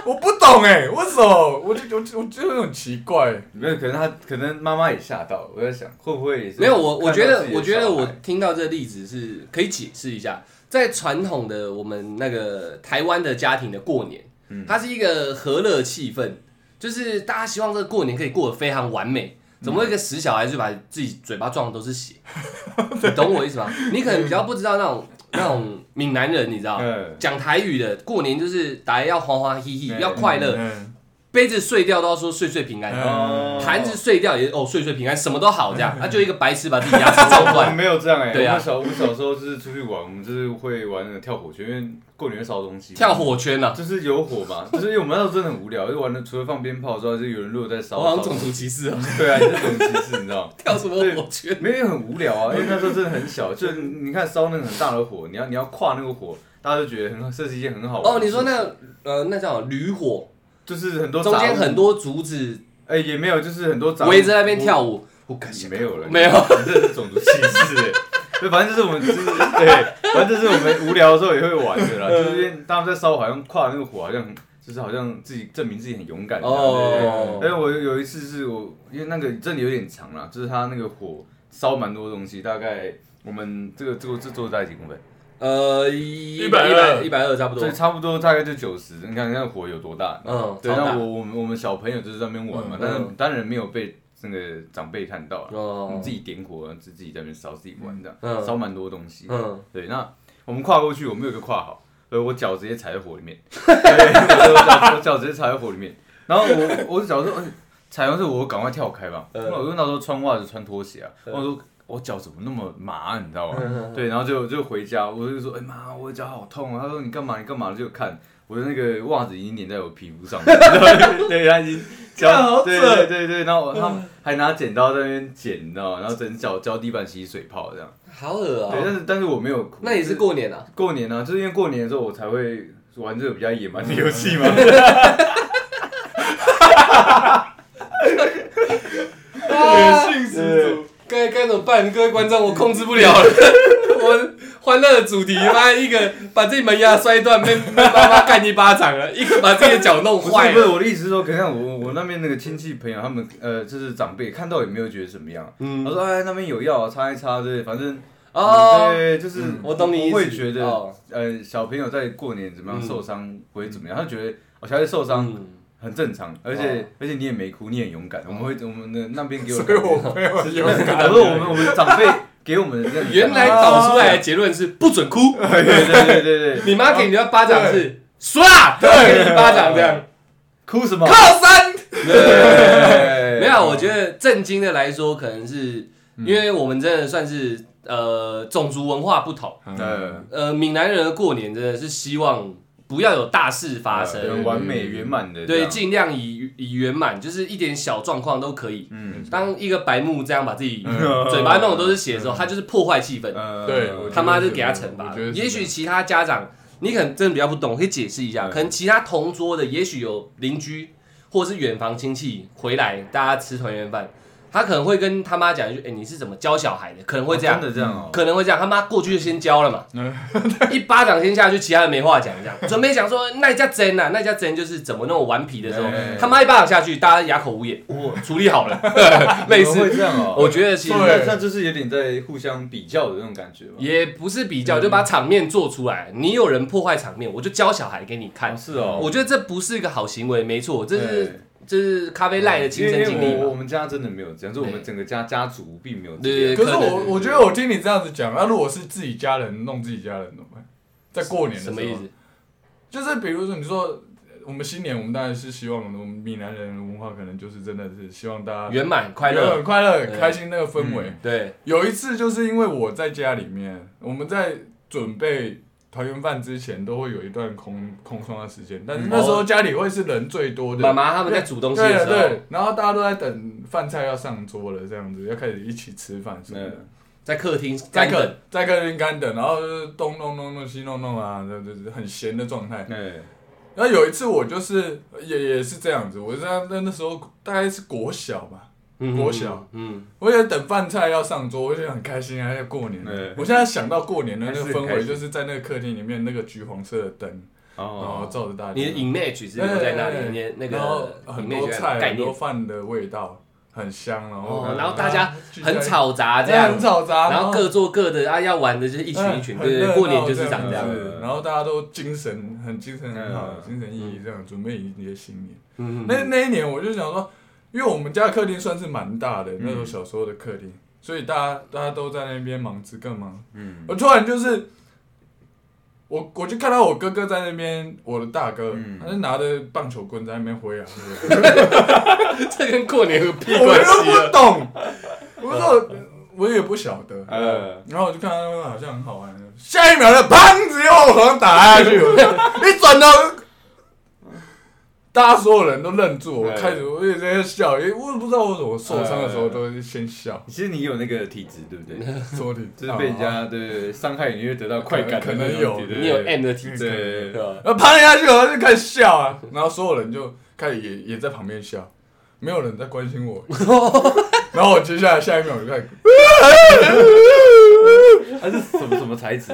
[SPEAKER 3] 我不懂哎，为什么？我就我就我就很奇怪，
[SPEAKER 2] 没有，可能他可能妈妈也吓到，我在想会不会也是
[SPEAKER 1] 没有，我我觉
[SPEAKER 2] 看
[SPEAKER 1] 得
[SPEAKER 2] 到自己，的
[SPEAKER 1] 我觉得
[SPEAKER 2] 小孩
[SPEAKER 1] 我听到这个例子是可以解释一下，在传统的我们那个台湾的家庭的过年，
[SPEAKER 2] 嗯
[SPEAKER 1] 它是一个和乐气氛，就是大家希望这个过年可以过得非常完美。
[SPEAKER 2] 嗯
[SPEAKER 1] 怎么会一个死小孩就把自己嘴巴撞的都是 血？你懂我意思吗？你可能比较不知道那种那种闽南人，你知道
[SPEAKER 2] 嗯
[SPEAKER 1] 讲台语的过年就是大家要欢欢喜喜，
[SPEAKER 2] 嗯
[SPEAKER 1] 要快乐，
[SPEAKER 3] 嗯，
[SPEAKER 1] 杯子碎掉都要说岁岁平安。
[SPEAKER 3] 嗯
[SPEAKER 2] 哦
[SPEAKER 1] 盘子碎掉也哦，岁岁平安，什么都好这 样，啊，就一个白痴把自己牙齿撞
[SPEAKER 2] 我
[SPEAKER 1] 断
[SPEAKER 2] 们，没有这样哎、
[SPEAKER 1] 对啊
[SPEAKER 2] 我们小我小时候就是出去玩，我们就是会玩那个跳火圈，因为过年会烧东西。
[SPEAKER 1] 跳火圈啊呢、
[SPEAKER 2] 就是有火嘛， 就是因为我们那时候真的很无聊，就玩的除了放鞭炮之外，就有人如果在烧，
[SPEAKER 1] 我好像
[SPEAKER 2] 烧
[SPEAKER 1] 种族歧视啊，
[SPEAKER 2] 对啊，你是种歧视，你知道吗？
[SPEAKER 1] 跳什么火圈？
[SPEAKER 2] 没有很无聊啊，因为那时候真的很小，就是你看烧那个很大的火，你要你要跨那个火，大家就觉得很好，这是一件很好玩的
[SPEAKER 1] 哦，
[SPEAKER 2] 事
[SPEAKER 1] 你说那呃那叫什么驴火，
[SPEAKER 2] 就是很多
[SPEAKER 1] 中间
[SPEAKER 2] 杂物
[SPEAKER 1] 很多竹子
[SPEAKER 2] 哎、也没有，就是很多杂物
[SPEAKER 1] 围着那边跳舞，我感
[SPEAKER 2] 你
[SPEAKER 1] 谢
[SPEAKER 2] 没有了，
[SPEAKER 1] 没有
[SPEAKER 2] 你这是种族歧视、欸。对，反正就是我们，就是对，反正就是我们无聊的时候也会玩的啦。
[SPEAKER 1] 嗯
[SPEAKER 2] 就是因为他们在烧，好像跨那个火，好像就是好像自己证明自己很勇敢。哦。
[SPEAKER 1] 哦
[SPEAKER 2] 因，为我有一次是我，因为那个真的有点长啦，就是他那个火烧蛮多东西，大概我们这个这个这做在几公分？
[SPEAKER 1] 呃一
[SPEAKER 3] 120
[SPEAKER 1] 一百二差不多
[SPEAKER 2] 对，，差不多大概就九十。你看那个火有多大？
[SPEAKER 1] 嗯，
[SPEAKER 2] 对，
[SPEAKER 1] 超
[SPEAKER 2] 那
[SPEAKER 1] 大
[SPEAKER 2] 我我们我们小朋友就是在那边玩嘛
[SPEAKER 3] 嗯，
[SPEAKER 2] 但是
[SPEAKER 1] 嗯
[SPEAKER 2] 当然没有被那个长辈看到啦。我
[SPEAKER 1] 哦
[SPEAKER 2] 们自，己点火，自自己在那边烧，自己玩这
[SPEAKER 1] 嗯
[SPEAKER 2] 样，烧蛮多东西。
[SPEAKER 1] 嗯，
[SPEAKER 2] 对，那我们跨过去，我没有就跨好，所以我脚直接踩在火里面， 对我脚我脚直接踩在火里面，然后我我脚说，哎踩完之后我赶快跳开吧，
[SPEAKER 1] 嗯
[SPEAKER 2] 那我就那时候穿袜子穿拖鞋啊，
[SPEAKER 1] 嗯
[SPEAKER 2] 我说我脚怎么那么麻，你知道吗？
[SPEAKER 1] 嗯
[SPEAKER 2] 对，然后就就回家，我就说，哎妈，我脚好痛啊！他说你干嘛？你干嘛？就看我的那个袜子已经粘在我皮肤上面， 对，他已经
[SPEAKER 3] 干好
[SPEAKER 2] 脚，
[SPEAKER 3] 扯
[SPEAKER 2] 对对对对，然后我他们
[SPEAKER 1] 嗯
[SPEAKER 2] 还拿剪刀在那边剪，你知道吗？然后整脚脚底板起水泡这样，
[SPEAKER 1] 好恶
[SPEAKER 2] 对，
[SPEAKER 1] 啊，
[SPEAKER 2] 但是但是我没有哭，
[SPEAKER 1] 那也
[SPEAKER 2] 就是
[SPEAKER 1] 过年啊，
[SPEAKER 2] 过年啊，就是因为过年的时候我才会玩这个比较野蛮的游 戏嘛。
[SPEAKER 3] 野性十足。
[SPEAKER 1] 该该怎么办？各位观众，我控制不了了。我欢乐的主题，妈一个把自己门牙摔断，被被妈妈干一巴掌了；一个把自己的脚弄
[SPEAKER 2] 不
[SPEAKER 1] 坏啊
[SPEAKER 2] 是不是，
[SPEAKER 1] 了。
[SPEAKER 2] 我的意思是说，可能我我那边那个亲戚朋友他们呃，就是长辈看到也没有觉得怎么样。他
[SPEAKER 1] 嗯，
[SPEAKER 2] 说哎，那边有药啊，擦一擦，对，反正嗯
[SPEAKER 1] 哦，
[SPEAKER 2] 对，就是
[SPEAKER 1] 我懂你意思。
[SPEAKER 2] 不会觉得
[SPEAKER 1] 哦
[SPEAKER 2] 呃小朋友在过年怎么样
[SPEAKER 1] 嗯
[SPEAKER 2] 受伤不会怎么样，他觉得哦小孩受伤
[SPEAKER 1] 嗯，
[SPEAKER 2] 很正常，而
[SPEAKER 1] 哦
[SPEAKER 2] 且而且你也没哭，你很勇敢。我们会我们的那边给我
[SPEAKER 3] 所
[SPEAKER 2] 的
[SPEAKER 3] 以
[SPEAKER 2] 感觉，
[SPEAKER 3] 我 没有勇敢。
[SPEAKER 2] 可 是我们我们长辈给我们的这样的
[SPEAKER 1] 原来
[SPEAKER 2] 感
[SPEAKER 1] 导出来的结论是不准哭。
[SPEAKER 2] 觉对对对对对，
[SPEAKER 1] 你妈给你的巴掌是说啦，给你一巴掌这样。
[SPEAKER 2] 哭什么？
[SPEAKER 1] 靠山。
[SPEAKER 2] 对
[SPEAKER 1] 没有，我觉得震惊的来说，可能是因为我们真的算是呃种族文化不同。
[SPEAKER 3] 嗯
[SPEAKER 2] 呃，
[SPEAKER 1] 呃，闽南人的过年真的是希望不要有大事
[SPEAKER 3] 啊
[SPEAKER 1] 发
[SPEAKER 2] 很
[SPEAKER 1] 生，
[SPEAKER 2] 呃完美圆满的，
[SPEAKER 1] 对，，尽量以以圆满，就是一点小状况都可以。
[SPEAKER 2] 嗯，
[SPEAKER 1] 当一个白目这样把自己
[SPEAKER 3] 嗯
[SPEAKER 1] 嘴巴弄的都是血的时候，他就是破坏气氛，
[SPEAKER 2] 呃
[SPEAKER 3] 对我觉得
[SPEAKER 1] 他妈就给他惩
[SPEAKER 3] 我
[SPEAKER 1] 罚
[SPEAKER 3] 觉得。是
[SPEAKER 1] 也许其他家长，你可能真的比较不懂，可以解释一下。
[SPEAKER 2] 嗯
[SPEAKER 1] 可能其他同桌的，也许有邻居或是远房亲戚回来，大家吃团圆饭，他可能会跟他妈讲一句：“哎、你是怎么教小孩的？”可能会这样，
[SPEAKER 2] 真的这样哦。
[SPEAKER 1] 可能会这样。他妈过去就先教了嘛，
[SPEAKER 3] 嗯
[SPEAKER 1] 一巴掌先下去，其他人没话讲。这样准备讲说那家真呐，那家真就是怎么那种顽皮的时候
[SPEAKER 3] 哎，
[SPEAKER 1] 他妈一巴掌下去，大家哑口无言。我处理好了， 类
[SPEAKER 2] 你们会
[SPEAKER 1] 似。
[SPEAKER 2] 这样哦。
[SPEAKER 1] 我觉得其实
[SPEAKER 3] 对
[SPEAKER 2] 那那就是有点在互相比较的那种感觉吧。
[SPEAKER 1] 也不是比较，就把场面做出来。你有人破坏场面，我就教小孩给你看
[SPEAKER 2] 哦。是哦，
[SPEAKER 1] 我觉得这不是一个好行为，没错，这是
[SPEAKER 2] 对
[SPEAKER 1] 这是咖啡赖的亲身经历
[SPEAKER 2] 因为我我
[SPEAKER 1] 嘛。
[SPEAKER 2] 们家真的没有这样，就我们整个家家族并没有
[SPEAKER 1] 对对
[SPEAKER 2] 这样。
[SPEAKER 1] 对
[SPEAKER 3] 可是
[SPEAKER 1] 可能
[SPEAKER 3] 我我觉得我听你这样子讲，那、如果是自己家人弄自己家人怎么办？在过年的时
[SPEAKER 1] 什
[SPEAKER 3] 候
[SPEAKER 1] 么意？思？
[SPEAKER 3] 就是比如说你说呃我们新年，我们当然是希望我们闽南人的文化可能就是真的是希望大家
[SPEAKER 1] 圆满快乐。
[SPEAKER 3] 很快乐、
[SPEAKER 1] 对嗯
[SPEAKER 3] 很开心那个氛围。
[SPEAKER 1] 对，
[SPEAKER 3] 有一次就是因为我在家里面，我们在准备团圆饭之前都会有一段空空窗的时间，但是那时候家里会是人最多的。
[SPEAKER 1] 嗯哦妈妈他们在煮东西的时
[SPEAKER 3] 对
[SPEAKER 1] 候，
[SPEAKER 3] 对，然后大家都在等饭菜要上桌了，这样子要开始一起吃饭什么的。
[SPEAKER 2] 嗯，
[SPEAKER 1] 在客厅
[SPEAKER 3] 在
[SPEAKER 1] 干等
[SPEAKER 3] 客在客厅干等，然后就是东弄弄弄西弄弄啊，对对对，很闲的状态。
[SPEAKER 2] 对，
[SPEAKER 3] 然后有一次我就是也也是这样子，我在那那时候大概是国小吧，
[SPEAKER 1] 嗯
[SPEAKER 3] 国小，
[SPEAKER 1] 嗯，
[SPEAKER 3] 我也等饭菜要上桌，我就很开心啊，要过年
[SPEAKER 2] 对。
[SPEAKER 3] 我现在想到过年的那个
[SPEAKER 2] 还是很
[SPEAKER 3] 氛
[SPEAKER 2] 开
[SPEAKER 3] 围，
[SPEAKER 2] 心
[SPEAKER 3] 就是在那个客厅里面那个橘黄色的灯，然后
[SPEAKER 2] 哦，
[SPEAKER 3] 照着大家。
[SPEAKER 1] 你的 image 是留在那里，你的那
[SPEAKER 3] 然后
[SPEAKER 1] 个
[SPEAKER 3] 很多
[SPEAKER 1] image
[SPEAKER 3] 菜、
[SPEAKER 1] 的概
[SPEAKER 3] 很多
[SPEAKER 1] 念，
[SPEAKER 3] 饭的味道，很香，啊然后
[SPEAKER 1] 哦然后大家
[SPEAKER 3] 聚在一
[SPEAKER 1] 很
[SPEAKER 3] 起，
[SPEAKER 1] 吵杂这
[SPEAKER 3] 对
[SPEAKER 1] 样
[SPEAKER 3] 哎很，吵杂，
[SPEAKER 1] 然后各做各的啊，要玩的就是一群一群，
[SPEAKER 3] 嗯
[SPEAKER 1] 对对，
[SPEAKER 3] 很热
[SPEAKER 1] 对
[SPEAKER 3] 闹
[SPEAKER 1] 过年就是长
[SPEAKER 3] 子
[SPEAKER 1] 这样
[SPEAKER 2] 子。
[SPEAKER 3] 是然后大家都精神很精神很好，
[SPEAKER 2] 嗯
[SPEAKER 3] 精神奕奕这样准备迎接新年。
[SPEAKER 1] 嗯，
[SPEAKER 3] 那那一年我就想说，因为我们家客厅算是蛮大
[SPEAKER 2] 嗯
[SPEAKER 3] 的，那时候小时候的客厅，所以大家大家都在那边忙吃干嘛。
[SPEAKER 2] 嗯
[SPEAKER 3] 我突然就是。我我就看到我哥哥在那边，我的大哥，
[SPEAKER 2] 嗯
[SPEAKER 3] 他就拿着棒球棍在那边挥 啊，
[SPEAKER 1] 这跟过年有屁
[SPEAKER 3] 我
[SPEAKER 1] 关
[SPEAKER 3] 又
[SPEAKER 1] 系啊？
[SPEAKER 3] 不懂，我说我也不晓 得，
[SPEAKER 2] 呃，
[SPEAKER 3] 然后我就看到好像很好玩，下一秒就砰，直接往我头上打下去，一转头，大家所有人都愣住，我
[SPEAKER 2] 哎
[SPEAKER 3] 开始我也在笑，因为我也不知道我怎么受伤的时候都是先笑，
[SPEAKER 2] 其实你有那个体质，对不 对？
[SPEAKER 3] 说你啊
[SPEAKER 2] 就是被人家对伤害，你会得到快感的
[SPEAKER 3] 哦可能
[SPEAKER 2] 那种
[SPEAKER 3] 有
[SPEAKER 2] 体质，
[SPEAKER 1] 你有 M 的
[SPEAKER 3] 嗯
[SPEAKER 1] 体质，
[SPEAKER 2] 对
[SPEAKER 1] 对吧？
[SPEAKER 3] 然后砰下去，我就开始笑啊，然后所有人就开始也也在旁边笑，没有人在关 心我，然后我接下来下一秒我就开始，
[SPEAKER 2] 它是什么什么材 质？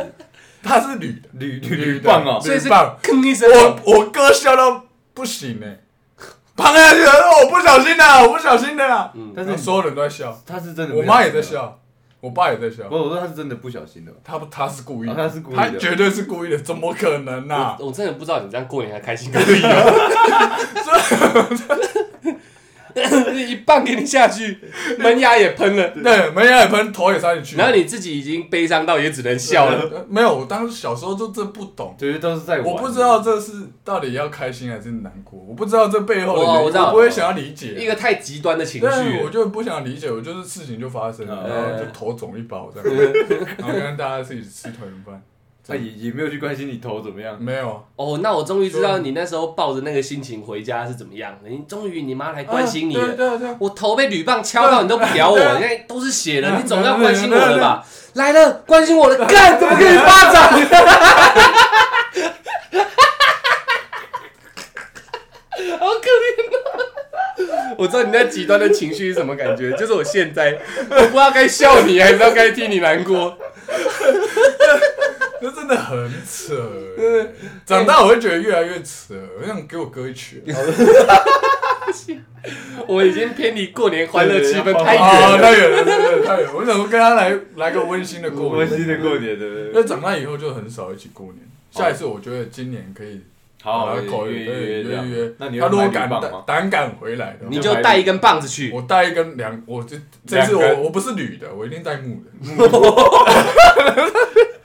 [SPEAKER 3] 他是女的，
[SPEAKER 2] 铝
[SPEAKER 3] 铝
[SPEAKER 2] 铝棒哦，
[SPEAKER 1] 所以是
[SPEAKER 3] 很棒
[SPEAKER 1] 吭一声，
[SPEAKER 3] 我我哥笑到不行哎、趴下去了，我不小心的啊，我不小心的啊。
[SPEAKER 1] 嗯
[SPEAKER 2] 但
[SPEAKER 3] 但是
[SPEAKER 2] 是
[SPEAKER 3] 所有人都在笑，
[SPEAKER 2] 它是真的，
[SPEAKER 3] 我妈也在，笑，我爸也在笑
[SPEAKER 2] 不，。我说它是真的不小心的吧，
[SPEAKER 3] 他他是故意的，
[SPEAKER 1] 哦
[SPEAKER 2] 啊他是故意的
[SPEAKER 3] 他绝对是故意的，怎么可能呢、啊？
[SPEAKER 1] 我我真的不知道你这样过年还开心个屁啊！一棒给你下去，门牙也喷了，
[SPEAKER 3] 对，门牙也喷，头也塞进去。
[SPEAKER 1] 然后你自己已经悲伤到也只能笑了。
[SPEAKER 3] 呃没有，我当时小时候就真不懂，
[SPEAKER 2] 就是都是在玩
[SPEAKER 3] 我不知道这是到底要开心还是难过，我不知道这背后的
[SPEAKER 1] 哇
[SPEAKER 3] 原因
[SPEAKER 1] 我知道
[SPEAKER 3] 不会想要理解。
[SPEAKER 1] 一个太极端的情
[SPEAKER 3] 对，我
[SPEAKER 1] 绪，
[SPEAKER 3] 就不想理解，我就是事情就发生了，
[SPEAKER 2] 嗯
[SPEAKER 3] 然后就头肿一包这样，然后跟大家自己吃团圆饭，
[SPEAKER 2] 他啊也也没有去关心你头怎么样，
[SPEAKER 3] 没有啊，
[SPEAKER 1] 哦，那我终于知道你那时候抱着那个心情回家是怎么样的。你终于你妈来关心你
[SPEAKER 3] 啊
[SPEAKER 1] 了
[SPEAKER 3] 对，对啊对啊，
[SPEAKER 1] 我头被铝棒敲到，你都不屌我，
[SPEAKER 3] 对啊
[SPEAKER 1] 现在都是血了，
[SPEAKER 3] 对
[SPEAKER 1] 你总要关心我了吧？来了，关心我了，干怎么给你巴掌？好可怜啊！我知道你那极端的情绪是什么感觉，就是我现在，我不知道该笑你还是要该替你难过。
[SPEAKER 3] 这真的很扯欸。长大我会觉得越来越扯，我想给我哥一拳。
[SPEAKER 1] 我已经偏离过年欢乐气氛
[SPEAKER 2] 对对
[SPEAKER 1] 太远
[SPEAKER 3] 啊
[SPEAKER 1] 了。
[SPEAKER 3] 太远了，太远了，太远了。我想说跟他来来个温馨的过
[SPEAKER 2] 关
[SPEAKER 3] 年，
[SPEAKER 2] 心的过年，对不
[SPEAKER 3] 因
[SPEAKER 2] 对？
[SPEAKER 3] 为长大以后就很少一起过年。下一次我觉得今年可以
[SPEAKER 2] 好，
[SPEAKER 3] 把他口
[SPEAKER 2] 约
[SPEAKER 3] 语
[SPEAKER 2] 约
[SPEAKER 3] 对
[SPEAKER 2] 这
[SPEAKER 3] 约
[SPEAKER 2] 样
[SPEAKER 3] 约，。
[SPEAKER 2] 那你
[SPEAKER 3] 他
[SPEAKER 2] 要
[SPEAKER 3] 如果
[SPEAKER 2] 买
[SPEAKER 3] 敢
[SPEAKER 2] 铝棒
[SPEAKER 3] 胆
[SPEAKER 2] 吗？
[SPEAKER 3] 胆敢回来的话，
[SPEAKER 1] 你就带一根棒子去，
[SPEAKER 3] 我带一根两，我这这次
[SPEAKER 2] 两
[SPEAKER 3] 我
[SPEAKER 2] 根
[SPEAKER 3] 我不是铝的，我一定带木的。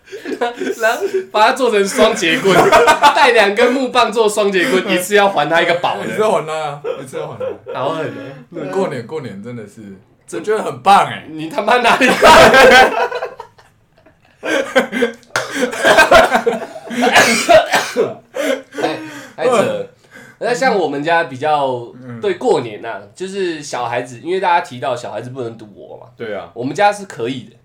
[SPEAKER 1] 然后把它做成双节 棍，带两根木棒做双节 棍，一次要还他一个宝
[SPEAKER 3] 一次
[SPEAKER 1] 的，
[SPEAKER 3] 要还他啊，一次要还他。
[SPEAKER 1] 好狠！啊
[SPEAKER 3] 过年过年真的是，我觉得很棒哎、
[SPEAKER 1] 你他妈 哪里？太太哎扯
[SPEAKER 2] 呃
[SPEAKER 3] 呃
[SPEAKER 1] 了。那像我们家比较对过年呐、啊，就是小孩子，因为大家提到小孩子不能赌博嘛，
[SPEAKER 2] 对啊，
[SPEAKER 1] 我们家是可以的，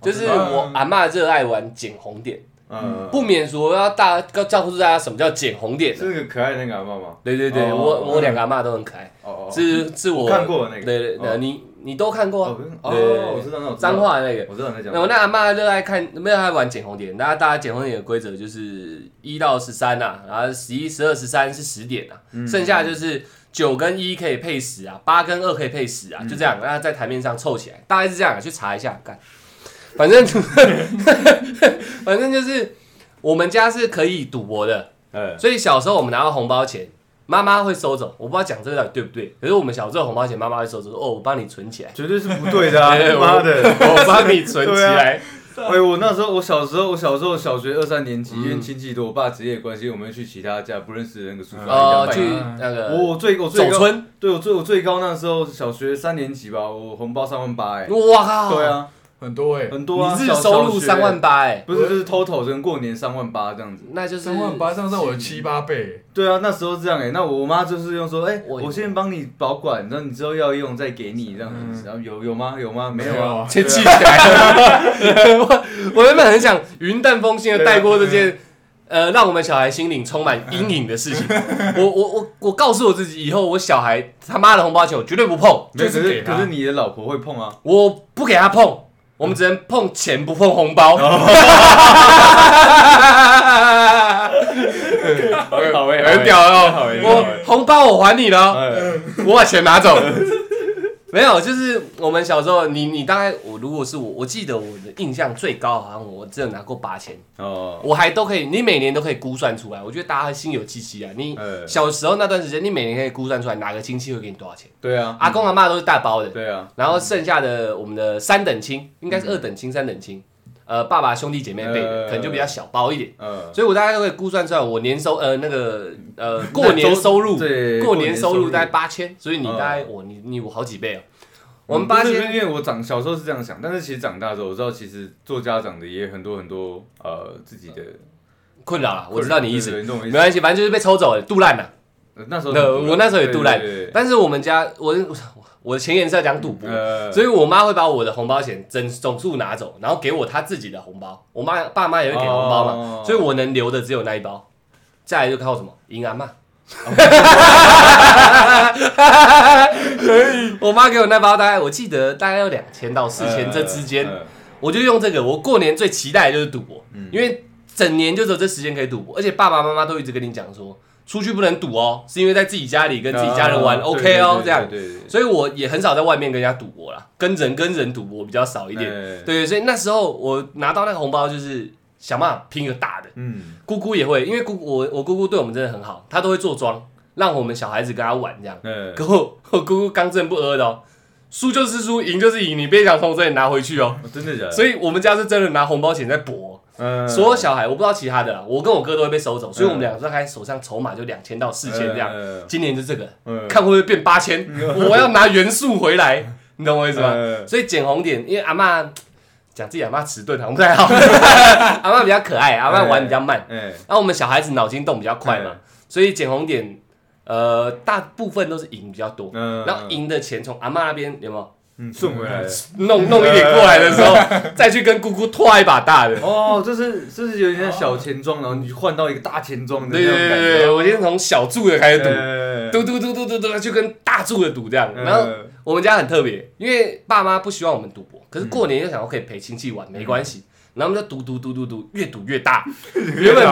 [SPEAKER 1] 就是我阿嬷热爱玩捡红点，
[SPEAKER 2] 嗯，
[SPEAKER 1] 不免俗要大要告诉大家什么叫捡红点、
[SPEAKER 2] 是那个可爱的那个阿妈吗？
[SPEAKER 1] 对对对，
[SPEAKER 2] 哦
[SPEAKER 1] 我我两个阿嬷都很可爱，
[SPEAKER 2] 哦哦，
[SPEAKER 1] 是是我
[SPEAKER 2] 我看过那个
[SPEAKER 1] 对对，
[SPEAKER 2] 哦
[SPEAKER 1] 你你都看过啊
[SPEAKER 2] 哦，不是？
[SPEAKER 1] 对
[SPEAKER 2] 哦，我知道那种
[SPEAKER 1] 脏，话的那个。
[SPEAKER 2] 我知道你在讲
[SPEAKER 1] 那
[SPEAKER 2] 什
[SPEAKER 1] 我
[SPEAKER 2] 么。
[SPEAKER 1] 那阿妈热爱看，没有爱玩捡红点。那大家捡红点的规则就是一到十三呐，然后十一、十二、十三是十点啊，
[SPEAKER 2] 嗯
[SPEAKER 1] 剩下就是九跟一可以配十啊，八跟二可以配十
[SPEAKER 2] 嗯
[SPEAKER 1] 啊，就这样。那在台面上凑起来，大概是这样、啊，去查一下干。反正 反正就是我们家是可以赌博的，
[SPEAKER 2] 哎，
[SPEAKER 1] 所以小时候我们拿到红包钱，妈妈会收走。我不知道讲这个到底对不对，可是我们小时候红包钱，妈妈会收走，说哦，我帮你存起来，
[SPEAKER 2] 绝对是不对 的啊！
[SPEAKER 1] 对
[SPEAKER 2] 妈 的！
[SPEAKER 1] 我帮你存起来。
[SPEAKER 2] 哎，我那时候，我小时候，我小时候小学二三年级，因为亲戚多，我爸职业关系，我们去其他家不认识的那个叔叔
[SPEAKER 1] 哦，
[SPEAKER 2] 家拜
[SPEAKER 1] 去
[SPEAKER 2] 年。
[SPEAKER 1] 那个
[SPEAKER 2] 啊我我最我最
[SPEAKER 1] 走
[SPEAKER 2] 高，
[SPEAKER 1] 村，
[SPEAKER 2] 对我最我最高那时候小学三年级吧，我红包三万八哎。
[SPEAKER 1] 哇靠！
[SPEAKER 2] 对，啊，
[SPEAKER 3] 很多哎，
[SPEAKER 2] 很多啊。
[SPEAKER 1] 你日
[SPEAKER 2] 小
[SPEAKER 1] 收入三，
[SPEAKER 2] 小
[SPEAKER 1] 万
[SPEAKER 2] 学
[SPEAKER 1] 八哎，
[SPEAKER 2] 不是不是 total 跟过年三万八这样子。
[SPEAKER 1] 那就是
[SPEAKER 3] 三万八上上我的七八倍，
[SPEAKER 2] 对啊，那时候是这样哎、那我妈就是用说，哎、
[SPEAKER 1] 我
[SPEAKER 2] 我先帮你保管，然后你之后要用再给你这样子。然后有有吗？有吗？嗯没有啊。
[SPEAKER 1] 先记起来。 我我原本很想云淡风轻的带过这
[SPEAKER 2] 啊
[SPEAKER 1] 件。呃，让我们小孩心灵充满阴影的事情，我我我我告诉我自己，以后我小孩他妈的红包钱我绝对不碰，
[SPEAKER 2] 没有，
[SPEAKER 3] 就是
[SPEAKER 2] 可是
[SPEAKER 3] 给她
[SPEAKER 2] 可是你的老婆会碰 啊。
[SPEAKER 1] 我不给他碰，我们只能碰钱不碰红包。
[SPEAKER 2] 好哎
[SPEAKER 1] 很屌哦！
[SPEAKER 2] 哎
[SPEAKER 1] 我红包我还你了哦，
[SPEAKER 2] 哎
[SPEAKER 1] 我把钱拿走。 没有，就是我们小时候，你你大概我如果是我，我记得我的印象最高，好像我只有拿过八千，
[SPEAKER 2] 哦，
[SPEAKER 1] 我还都可以，你每年都可以估算出来。我觉得大家心有戚戚啊，你
[SPEAKER 2] 哎
[SPEAKER 1] 小时候那段时间，你每年可以估算出来哪个亲戚会给你多少钱。
[SPEAKER 2] 对啊，
[SPEAKER 1] 阿公阿妈都是大包的，
[SPEAKER 2] 对啊，
[SPEAKER 1] 然后剩下的我们的三等亲，应该是二等亲、三等亲，呃，爸爸兄弟姐妹辈的，
[SPEAKER 2] 呃
[SPEAKER 1] 可能就比较小包一点，
[SPEAKER 2] 呃，
[SPEAKER 1] 所以我大概都可以估算出来，我年收呃那个呃过年收入，
[SPEAKER 2] 对
[SPEAKER 1] 过年收入大概
[SPEAKER 2] 在
[SPEAKER 1] 八千，所以你大
[SPEAKER 2] 呃
[SPEAKER 1] 概我你你我好几倍哦，我们八千，
[SPEAKER 2] 因为我长小时候是这样想，但是其实长大之后，我知道其实做家长的也很多很多呃自己的，
[SPEAKER 1] 困扰了，我知道你意
[SPEAKER 2] 对
[SPEAKER 1] 思，
[SPEAKER 2] 对对你懂我意
[SPEAKER 1] 没
[SPEAKER 2] 思。
[SPEAKER 1] 关系，反正就是被抽走了，杜烂了。
[SPEAKER 2] 呃那时候
[SPEAKER 1] 那我那时候也
[SPEAKER 2] 对
[SPEAKER 1] 杜烂
[SPEAKER 2] 对对对
[SPEAKER 1] 但是我们家我我的前言是要讲赌博，
[SPEAKER 2] 呃，
[SPEAKER 1] 所以我妈会把我的红包钱整总数拿走，然后给我她自己的红包。我妈爸妈也会给红包嘛，
[SPEAKER 2] 哦
[SPEAKER 1] 所以我能留的只有那一包。再来就靠什么银安嘛。
[SPEAKER 2] 哦
[SPEAKER 1] 我妈给我那包大概我记得大概要两千到四千这之间，
[SPEAKER 2] 呃
[SPEAKER 1] 我就用这个。我过年最期待的就是赌博，
[SPEAKER 2] 嗯
[SPEAKER 1] 因为整年就只有这时间可以赌博，而且爸爸妈妈都一直跟你讲说，出去不能赌哦，是因为在自己家里跟自己家人玩、
[SPEAKER 2] 呃
[SPEAKER 1] OK 哦，
[SPEAKER 2] 对对对
[SPEAKER 1] 这样。
[SPEAKER 2] 对对对
[SPEAKER 1] 所以我也很少在外面跟人家赌博啦，跟人跟人赌博比较少一点。
[SPEAKER 2] 哎
[SPEAKER 1] 对，所以那时候我拿到那个红包，就是想办法拼个大的。
[SPEAKER 2] 嗯，
[SPEAKER 1] 姑姑也会，因为姑我我姑姑对我们真的很好，她都会做庄，让我们小孩子跟她玩这样。
[SPEAKER 2] 呃，
[SPEAKER 1] 可我我姑姑刚正不阿的哦，输就是输，赢就是赢，你别想从我这里拿回去哦。
[SPEAKER 2] 哦真的假的？
[SPEAKER 1] 所
[SPEAKER 2] 以
[SPEAKER 1] 以我们家是真的拿红包钱在搏、
[SPEAKER 2] 呃
[SPEAKER 1] 所有小孩我不知道其他的啦，我跟我哥都会被收走，所以我们两个大概手上筹码就两千到四千这样。
[SPEAKER 2] 呃
[SPEAKER 1] 今年就这个，
[SPEAKER 2] 呃
[SPEAKER 1] 看会不会变八千，
[SPEAKER 2] 嗯
[SPEAKER 1] 我要拿元素回 来，你懂我意思吗？
[SPEAKER 2] 呃
[SPEAKER 1] 所以捡红点，因为阿嬷讲自己阿嬷迟钝好像不 太好，阿嬷比较可爱，阿嬷玩比较慢，
[SPEAKER 2] 哎，
[SPEAKER 1] 然后我们小孩子脑筋动比较快嘛，所以捡红点，呃，大部分都是赢比较多，
[SPEAKER 2] 嗯
[SPEAKER 1] 然后赢的钱从阿嬷那边有没有
[SPEAKER 2] 嗯顺回来了。
[SPEAKER 1] 弄弄一点过来的时候，再去跟姑姑拓一把大的。
[SPEAKER 2] 哦，这是这是有点像小钱庄，然后你换到一个大钱庄的
[SPEAKER 1] 对
[SPEAKER 2] 那种
[SPEAKER 1] 对
[SPEAKER 2] 感
[SPEAKER 1] 对对，
[SPEAKER 2] 觉。
[SPEAKER 1] 我先从小注的开始赌，
[SPEAKER 2] 对
[SPEAKER 1] 嘟嘟嘟嘟嘟嘟，就跟大注的赌这样。然后
[SPEAKER 2] 嗯嗯
[SPEAKER 1] 我们家很特别，因为爸妈不希望我们赌博，可是过年又想要可以陪亲戚玩，没关系。然后我们就赌赌赌赌赌，越赌越大。原本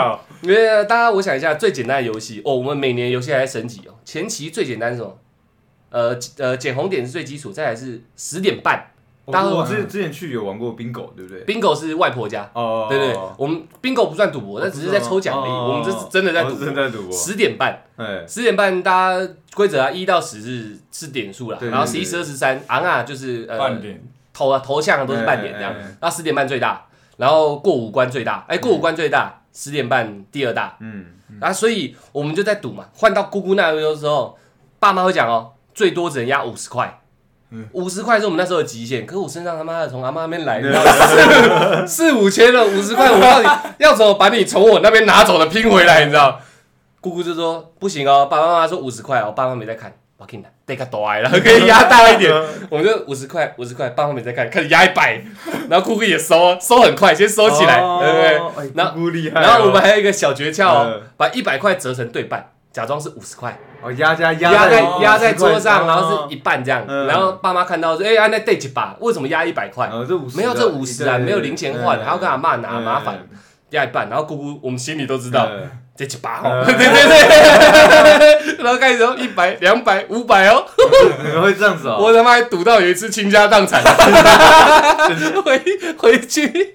[SPEAKER 1] 因为大家我想一下，最简单的游戏哦，我们每年游戏还在升级哦。前期最简单是什么？呃呃，捡红点是最基础，再来是十点半大家都
[SPEAKER 2] 哦我
[SPEAKER 1] 玩
[SPEAKER 2] 之之前去有玩过 bingo，对不对？
[SPEAKER 1] ，bingo 是外婆家，
[SPEAKER 2] 哦，
[SPEAKER 1] 对对，我们 bingo 不算赌博，那只是在抽奖而已。
[SPEAKER 2] 哦
[SPEAKER 1] 我们这是真的在赌
[SPEAKER 2] 哦真
[SPEAKER 1] 博。
[SPEAKER 2] 的在赌博。
[SPEAKER 1] 十点半，
[SPEAKER 2] 哎，
[SPEAKER 1] 十点半大家规则啊，一到十是是点数啦，
[SPEAKER 2] 对对
[SPEAKER 1] 然后十
[SPEAKER 2] 对
[SPEAKER 1] 一、
[SPEAKER 2] 对
[SPEAKER 1] 十二、十三，昂啊就是呃
[SPEAKER 3] 半点
[SPEAKER 1] 头啊头像啊都是半点这样
[SPEAKER 2] 哎哎哎，
[SPEAKER 1] 然后十点半最大，然后过五关最大，哎，过五关最大，十点半第二大，
[SPEAKER 2] 嗯，
[SPEAKER 1] 啊，所以我们就在赌嘛。换到姑姑那边的时候，爸妈会讲哦，最多只能压五十块。
[SPEAKER 2] 嗯
[SPEAKER 1] 五十块是我们那时候的极限，可是我身上他妈的从阿妈那边来的四四五千了，五十块我到 底要怎么把你从我那边拿走的拼回来？你知道？姑姑就说不行哦，爸爸妈妈说五十块哦，爸妈没在看，我给你拿，这个多矮了， 可以压大一点。 我们就五十块，五十块，爸妈没在看，开始压一百，然后姑姑也收哦，收很快，先收起来，对不对？
[SPEAKER 2] 对
[SPEAKER 1] 然后
[SPEAKER 2] 姑姑厉害哦。
[SPEAKER 1] 然后我们还有一个小诀窍哦
[SPEAKER 2] 嗯，
[SPEAKER 1] 把一百块折成对半，假装是五十块，
[SPEAKER 2] 哦压压
[SPEAKER 1] 压在
[SPEAKER 3] 哦
[SPEAKER 1] 压在桌上，
[SPEAKER 3] 哦
[SPEAKER 1] 然后是一半这样，
[SPEAKER 2] 嗯
[SPEAKER 1] 然后爸妈看到说，哎，啊那对几把，为什么压一百块？
[SPEAKER 2] 哦这五十
[SPEAKER 1] 没有这五十啊，没有零钱换，还要跟阿妈
[SPEAKER 2] 嘛
[SPEAKER 1] 拿，麻烦，压一半，然后姑姑我们心里都知
[SPEAKER 2] 知
[SPEAKER 1] 道，这几把哦， 对对对， 然后开始哦一百、两百、五百哦，
[SPEAKER 2] 你们会这样子哦？
[SPEAKER 1] 我他妈还赌到有一次倾家荡产， 回回去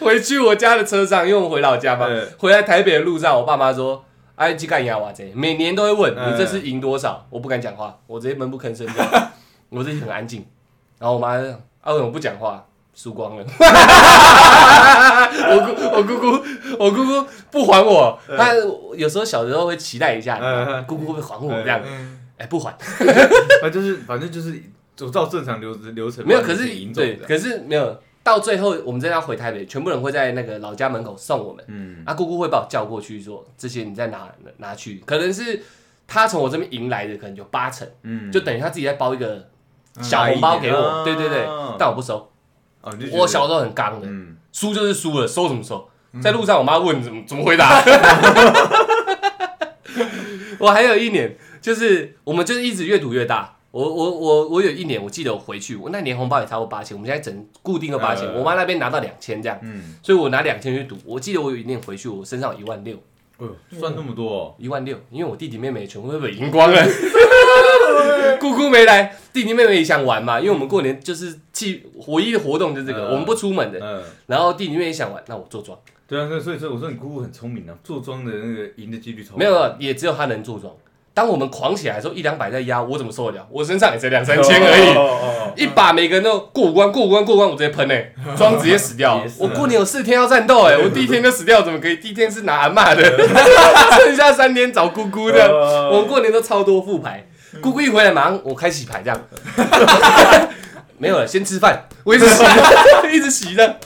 [SPEAKER 1] 回去我家的车上，因为我们回老家嘛
[SPEAKER 2] 嗯，
[SPEAKER 1] 回来台北的路上，我爸妈说。哎，去干牙娃贼，每年都会问
[SPEAKER 2] 嗯
[SPEAKER 1] 你这次赢多少，我不敢讲话，我直接闷不吭声这样， 我自己很安静。然后我妈就讲啊，为什么不讲话？输光 了。我姑我姑姑我姑姑不还我，她有时候小时候会期待一下，
[SPEAKER 2] 嗯
[SPEAKER 1] 姑姑会不会还我这样，
[SPEAKER 3] 嗯
[SPEAKER 1] 哎，不还。
[SPEAKER 2] 反正就是反正就是走照正常流流程，
[SPEAKER 1] 没有，
[SPEAKER 2] 把
[SPEAKER 1] 可
[SPEAKER 2] 你
[SPEAKER 1] 是
[SPEAKER 2] 给赢走
[SPEAKER 1] 对，
[SPEAKER 2] 这样
[SPEAKER 1] 可是没有。到最后，我们真的要回台北，全部人会在那个老家门口送我们。
[SPEAKER 2] 嗯
[SPEAKER 1] 啊，姑姑会把我叫过去说，这些你再拿拿去，可能是她从我这边赢来的，可能有八成，
[SPEAKER 2] 嗯
[SPEAKER 1] 就等于她自己再包一个
[SPEAKER 3] 嗯
[SPEAKER 1] 小红包给我。
[SPEAKER 2] 嗯
[SPEAKER 1] 对对对
[SPEAKER 2] 啊，
[SPEAKER 1] 但我不收，
[SPEAKER 2] 哦你就觉得
[SPEAKER 1] 我小时候很刚的，
[SPEAKER 2] 嗯
[SPEAKER 1] 输就是输了，收什么收？在路上，我妈问怎么怎么回答。 我还有一年，就是我们就是一直越赌越大。我我我我有一年，我记得我回去，我那年红包也超过八千，我们现在整固定个八千，
[SPEAKER 2] 呃
[SPEAKER 1] 我妈那边拿到两千这样，
[SPEAKER 2] 嗯，
[SPEAKER 1] 所以我拿两千去赌。我记得我有一年回去，我身上有一万六，
[SPEAKER 2] 哎呦算那么多哦，
[SPEAKER 1] 一万六，因为我弟弟妹妹全部被赢光 了。姑姑没来，弟弟妹妹也想玩嘛，因为我们过年就是去唯一的活动就是这个，
[SPEAKER 2] 呃
[SPEAKER 1] 我们不出门的。
[SPEAKER 2] 嗯。
[SPEAKER 1] 然后弟弟妹妹也想玩，那我做庄。
[SPEAKER 2] 对啊，所以所以说我说你姑姑很聪明啊，做庄的那个赢的几率超
[SPEAKER 1] 没有，没啊有，也只有他能做庄。当我们狂起来的时候，一两百在压，我怎么受得了？我身上也才两三千而
[SPEAKER 2] 哦
[SPEAKER 1] 已，
[SPEAKER 2] 已，
[SPEAKER 1] 一把每个人都过五关，过五关，过五关，我直接喷哎、欸，庄直接死掉
[SPEAKER 2] 也。是啊
[SPEAKER 1] 我过年有四天要战斗哎、我第一天就死掉，怎么可以？第一天是拿阿嬷的， 剩下三天找姑姑的。我们过年都超多副牌，姑姑一回来马上我开洗牌这样，没有了，先吃饭，我一直洗，一直洗的。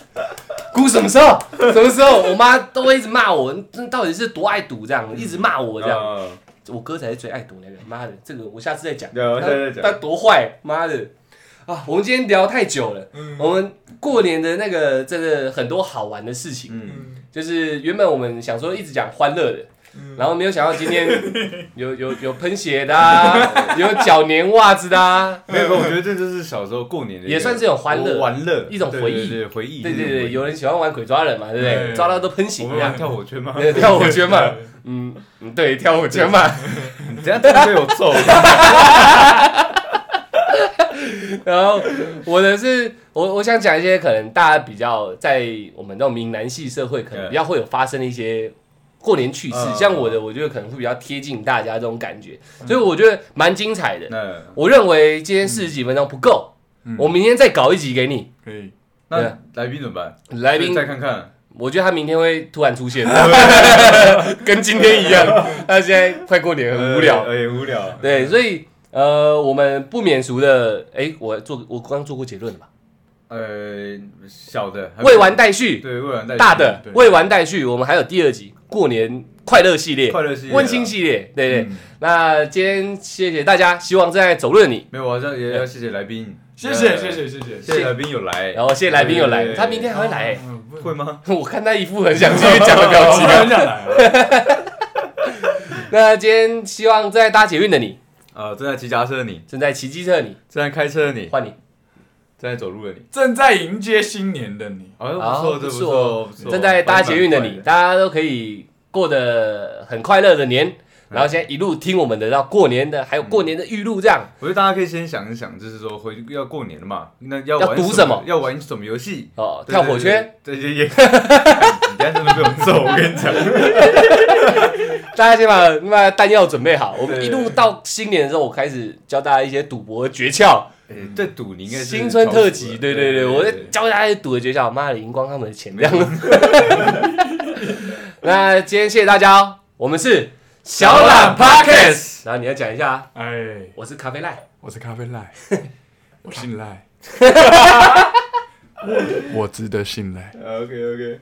[SPEAKER 1] 姑什么时候？什么时候？我妈都会一直骂我，你到底是多爱赌这样，一直骂我这样。
[SPEAKER 2] 样，
[SPEAKER 1] 我哥才是最爱赌那个，妈的，这个我下次再讲。
[SPEAKER 2] 对我下次再
[SPEAKER 1] 他
[SPEAKER 2] 讲
[SPEAKER 1] 他多坏，妈的啊！我们今天聊太久了，
[SPEAKER 2] 嗯
[SPEAKER 1] 我们过年的那个真的很多好玩的事情，
[SPEAKER 2] 嗯，
[SPEAKER 3] 嗯
[SPEAKER 1] 就是原本我们想说一直讲欢乐的，
[SPEAKER 3] 嗯
[SPEAKER 1] 然后没有想到今 天有有有喷血的、啊，有脚粘袜子的、 啊，
[SPEAKER 2] 没有，没有我觉得这就是小时候过年的一个
[SPEAKER 1] 也算是一种欢乐
[SPEAKER 2] 玩乐
[SPEAKER 1] 一种回忆
[SPEAKER 2] 对对对回忆，
[SPEAKER 1] 对对
[SPEAKER 2] 这种回
[SPEAKER 1] 对，
[SPEAKER 2] 忆
[SPEAKER 1] 有人喜欢玩鬼抓人嘛，对不对？
[SPEAKER 3] 对
[SPEAKER 1] 抓到都喷血
[SPEAKER 2] 我
[SPEAKER 1] 这
[SPEAKER 2] 们
[SPEAKER 1] 样
[SPEAKER 2] 玩，跳火圈吗？
[SPEAKER 1] 对 跳火圈嘛，嗯嗯，对，跳火圈嘛。
[SPEAKER 2] 你 这样真的被我 揍，嗯
[SPEAKER 1] 然后我的是，我我想讲一些可能大家比较在我们这种闽南系社会，可能比较会有发生的一些过年趣事。
[SPEAKER 2] 嗯
[SPEAKER 1] 像我的，我觉得可能会比较贴近大家这种感觉，所以我觉得蛮精彩的。
[SPEAKER 2] 那
[SPEAKER 1] 我认为今天四十几分钟不够，
[SPEAKER 3] 嗯
[SPEAKER 1] 我明天再搞一集给你。
[SPEAKER 3] 可以，
[SPEAKER 1] 对
[SPEAKER 2] 那
[SPEAKER 1] 啊
[SPEAKER 2] 来宾怎么办？
[SPEAKER 1] 来宾
[SPEAKER 2] 再看看，
[SPEAKER 1] 我觉得他明天会突然出 现，跟今天一样。
[SPEAKER 2] 嗯
[SPEAKER 1] 他现在快过年，很无聊。
[SPEAKER 2] 呃也无聊，
[SPEAKER 1] 对，所以呃，我们不免俗的，哎，我做我刚做过结论了吧？
[SPEAKER 2] 呃，小的还没
[SPEAKER 1] 未完待续，
[SPEAKER 2] 对未完待续
[SPEAKER 1] 大的
[SPEAKER 3] 对
[SPEAKER 1] 未完待续，我们还有第二集过年快乐系列、
[SPEAKER 2] 快乐系列啊
[SPEAKER 1] 温馨系列，对对。
[SPEAKER 2] 嗯
[SPEAKER 1] 那今天谢谢大家，希望正在走路的你，
[SPEAKER 2] 没有，我要也要谢谢来宾，
[SPEAKER 3] 谢谢
[SPEAKER 2] 呃
[SPEAKER 3] 谢，谢谢谢
[SPEAKER 2] 谢谢来宾有来，
[SPEAKER 1] 然后谢谢来宾有
[SPEAKER 2] 对
[SPEAKER 1] 来，
[SPEAKER 2] 对哦对
[SPEAKER 1] 他明天还会来、欸，
[SPEAKER 3] 嗯不
[SPEAKER 2] 会吗？
[SPEAKER 1] 我看他一副很想继续讲的表
[SPEAKER 3] 我
[SPEAKER 1] 情。
[SPEAKER 3] 很想来啊，
[SPEAKER 1] 那今天希望正在搭捷运的你，
[SPEAKER 2] 呃，正在骑脚踏车的你，
[SPEAKER 1] 正在骑机车的你，
[SPEAKER 2] 正在开车的你，
[SPEAKER 1] 换你。
[SPEAKER 2] 正在走路的你，
[SPEAKER 3] 正在迎接新年的你，
[SPEAKER 2] 哎，
[SPEAKER 1] 啊
[SPEAKER 2] 不错，这
[SPEAKER 1] 不
[SPEAKER 2] 不
[SPEAKER 1] 错
[SPEAKER 2] 错，不错
[SPEAKER 1] 正在搭捷运的
[SPEAKER 2] 蛮
[SPEAKER 1] 你，
[SPEAKER 2] 快
[SPEAKER 1] 大家都可以过得很快乐的年。然后现在一路听我们的到过年的，还有过年的预录这样。
[SPEAKER 2] 我觉得大家可以先想一想，就是说回要过年了嘛，那要
[SPEAKER 1] 要
[SPEAKER 2] 玩
[SPEAKER 1] 赌
[SPEAKER 2] 什
[SPEAKER 1] 什么
[SPEAKER 2] 要玩什么游戏？
[SPEAKER 1] 哦，
[SPEAKER 2] 对
[SPEAKER 1] 跳火圈，，
[SPEAKER 2] 对对对，对 你家真的被我揍，我跟 你讲，
[SPEAKER 1] 大家先把那弹药准备好。我们
[SPEAKER 2] 对
[SPEAKER 1] 一路到新年的时候，我开始教大家一些赌博的诀窍，
[SPEAKER 2] 哎这赌你应该是
[SPEAKER 1] 新春特
[SPEAKER 2] 超熟
[SPEAKER 1] 辑。
[SPEAKER 2] 的
[SPEAKER 1] 对对对，我在教大家一些赌的诀窍。妈的，赢光他们的钱这样。 那今天谢谢大家哦，我们是小懒 Pockets，然后你要讲一下啊，
[SPEAKER 3] 哎，
[SPEAKER 1] 我是咖啡赖，
[SPEAKER 3] 我是咖啡赖，我姓赖，我值得信赖。
[SPEAKER 2] OK OK。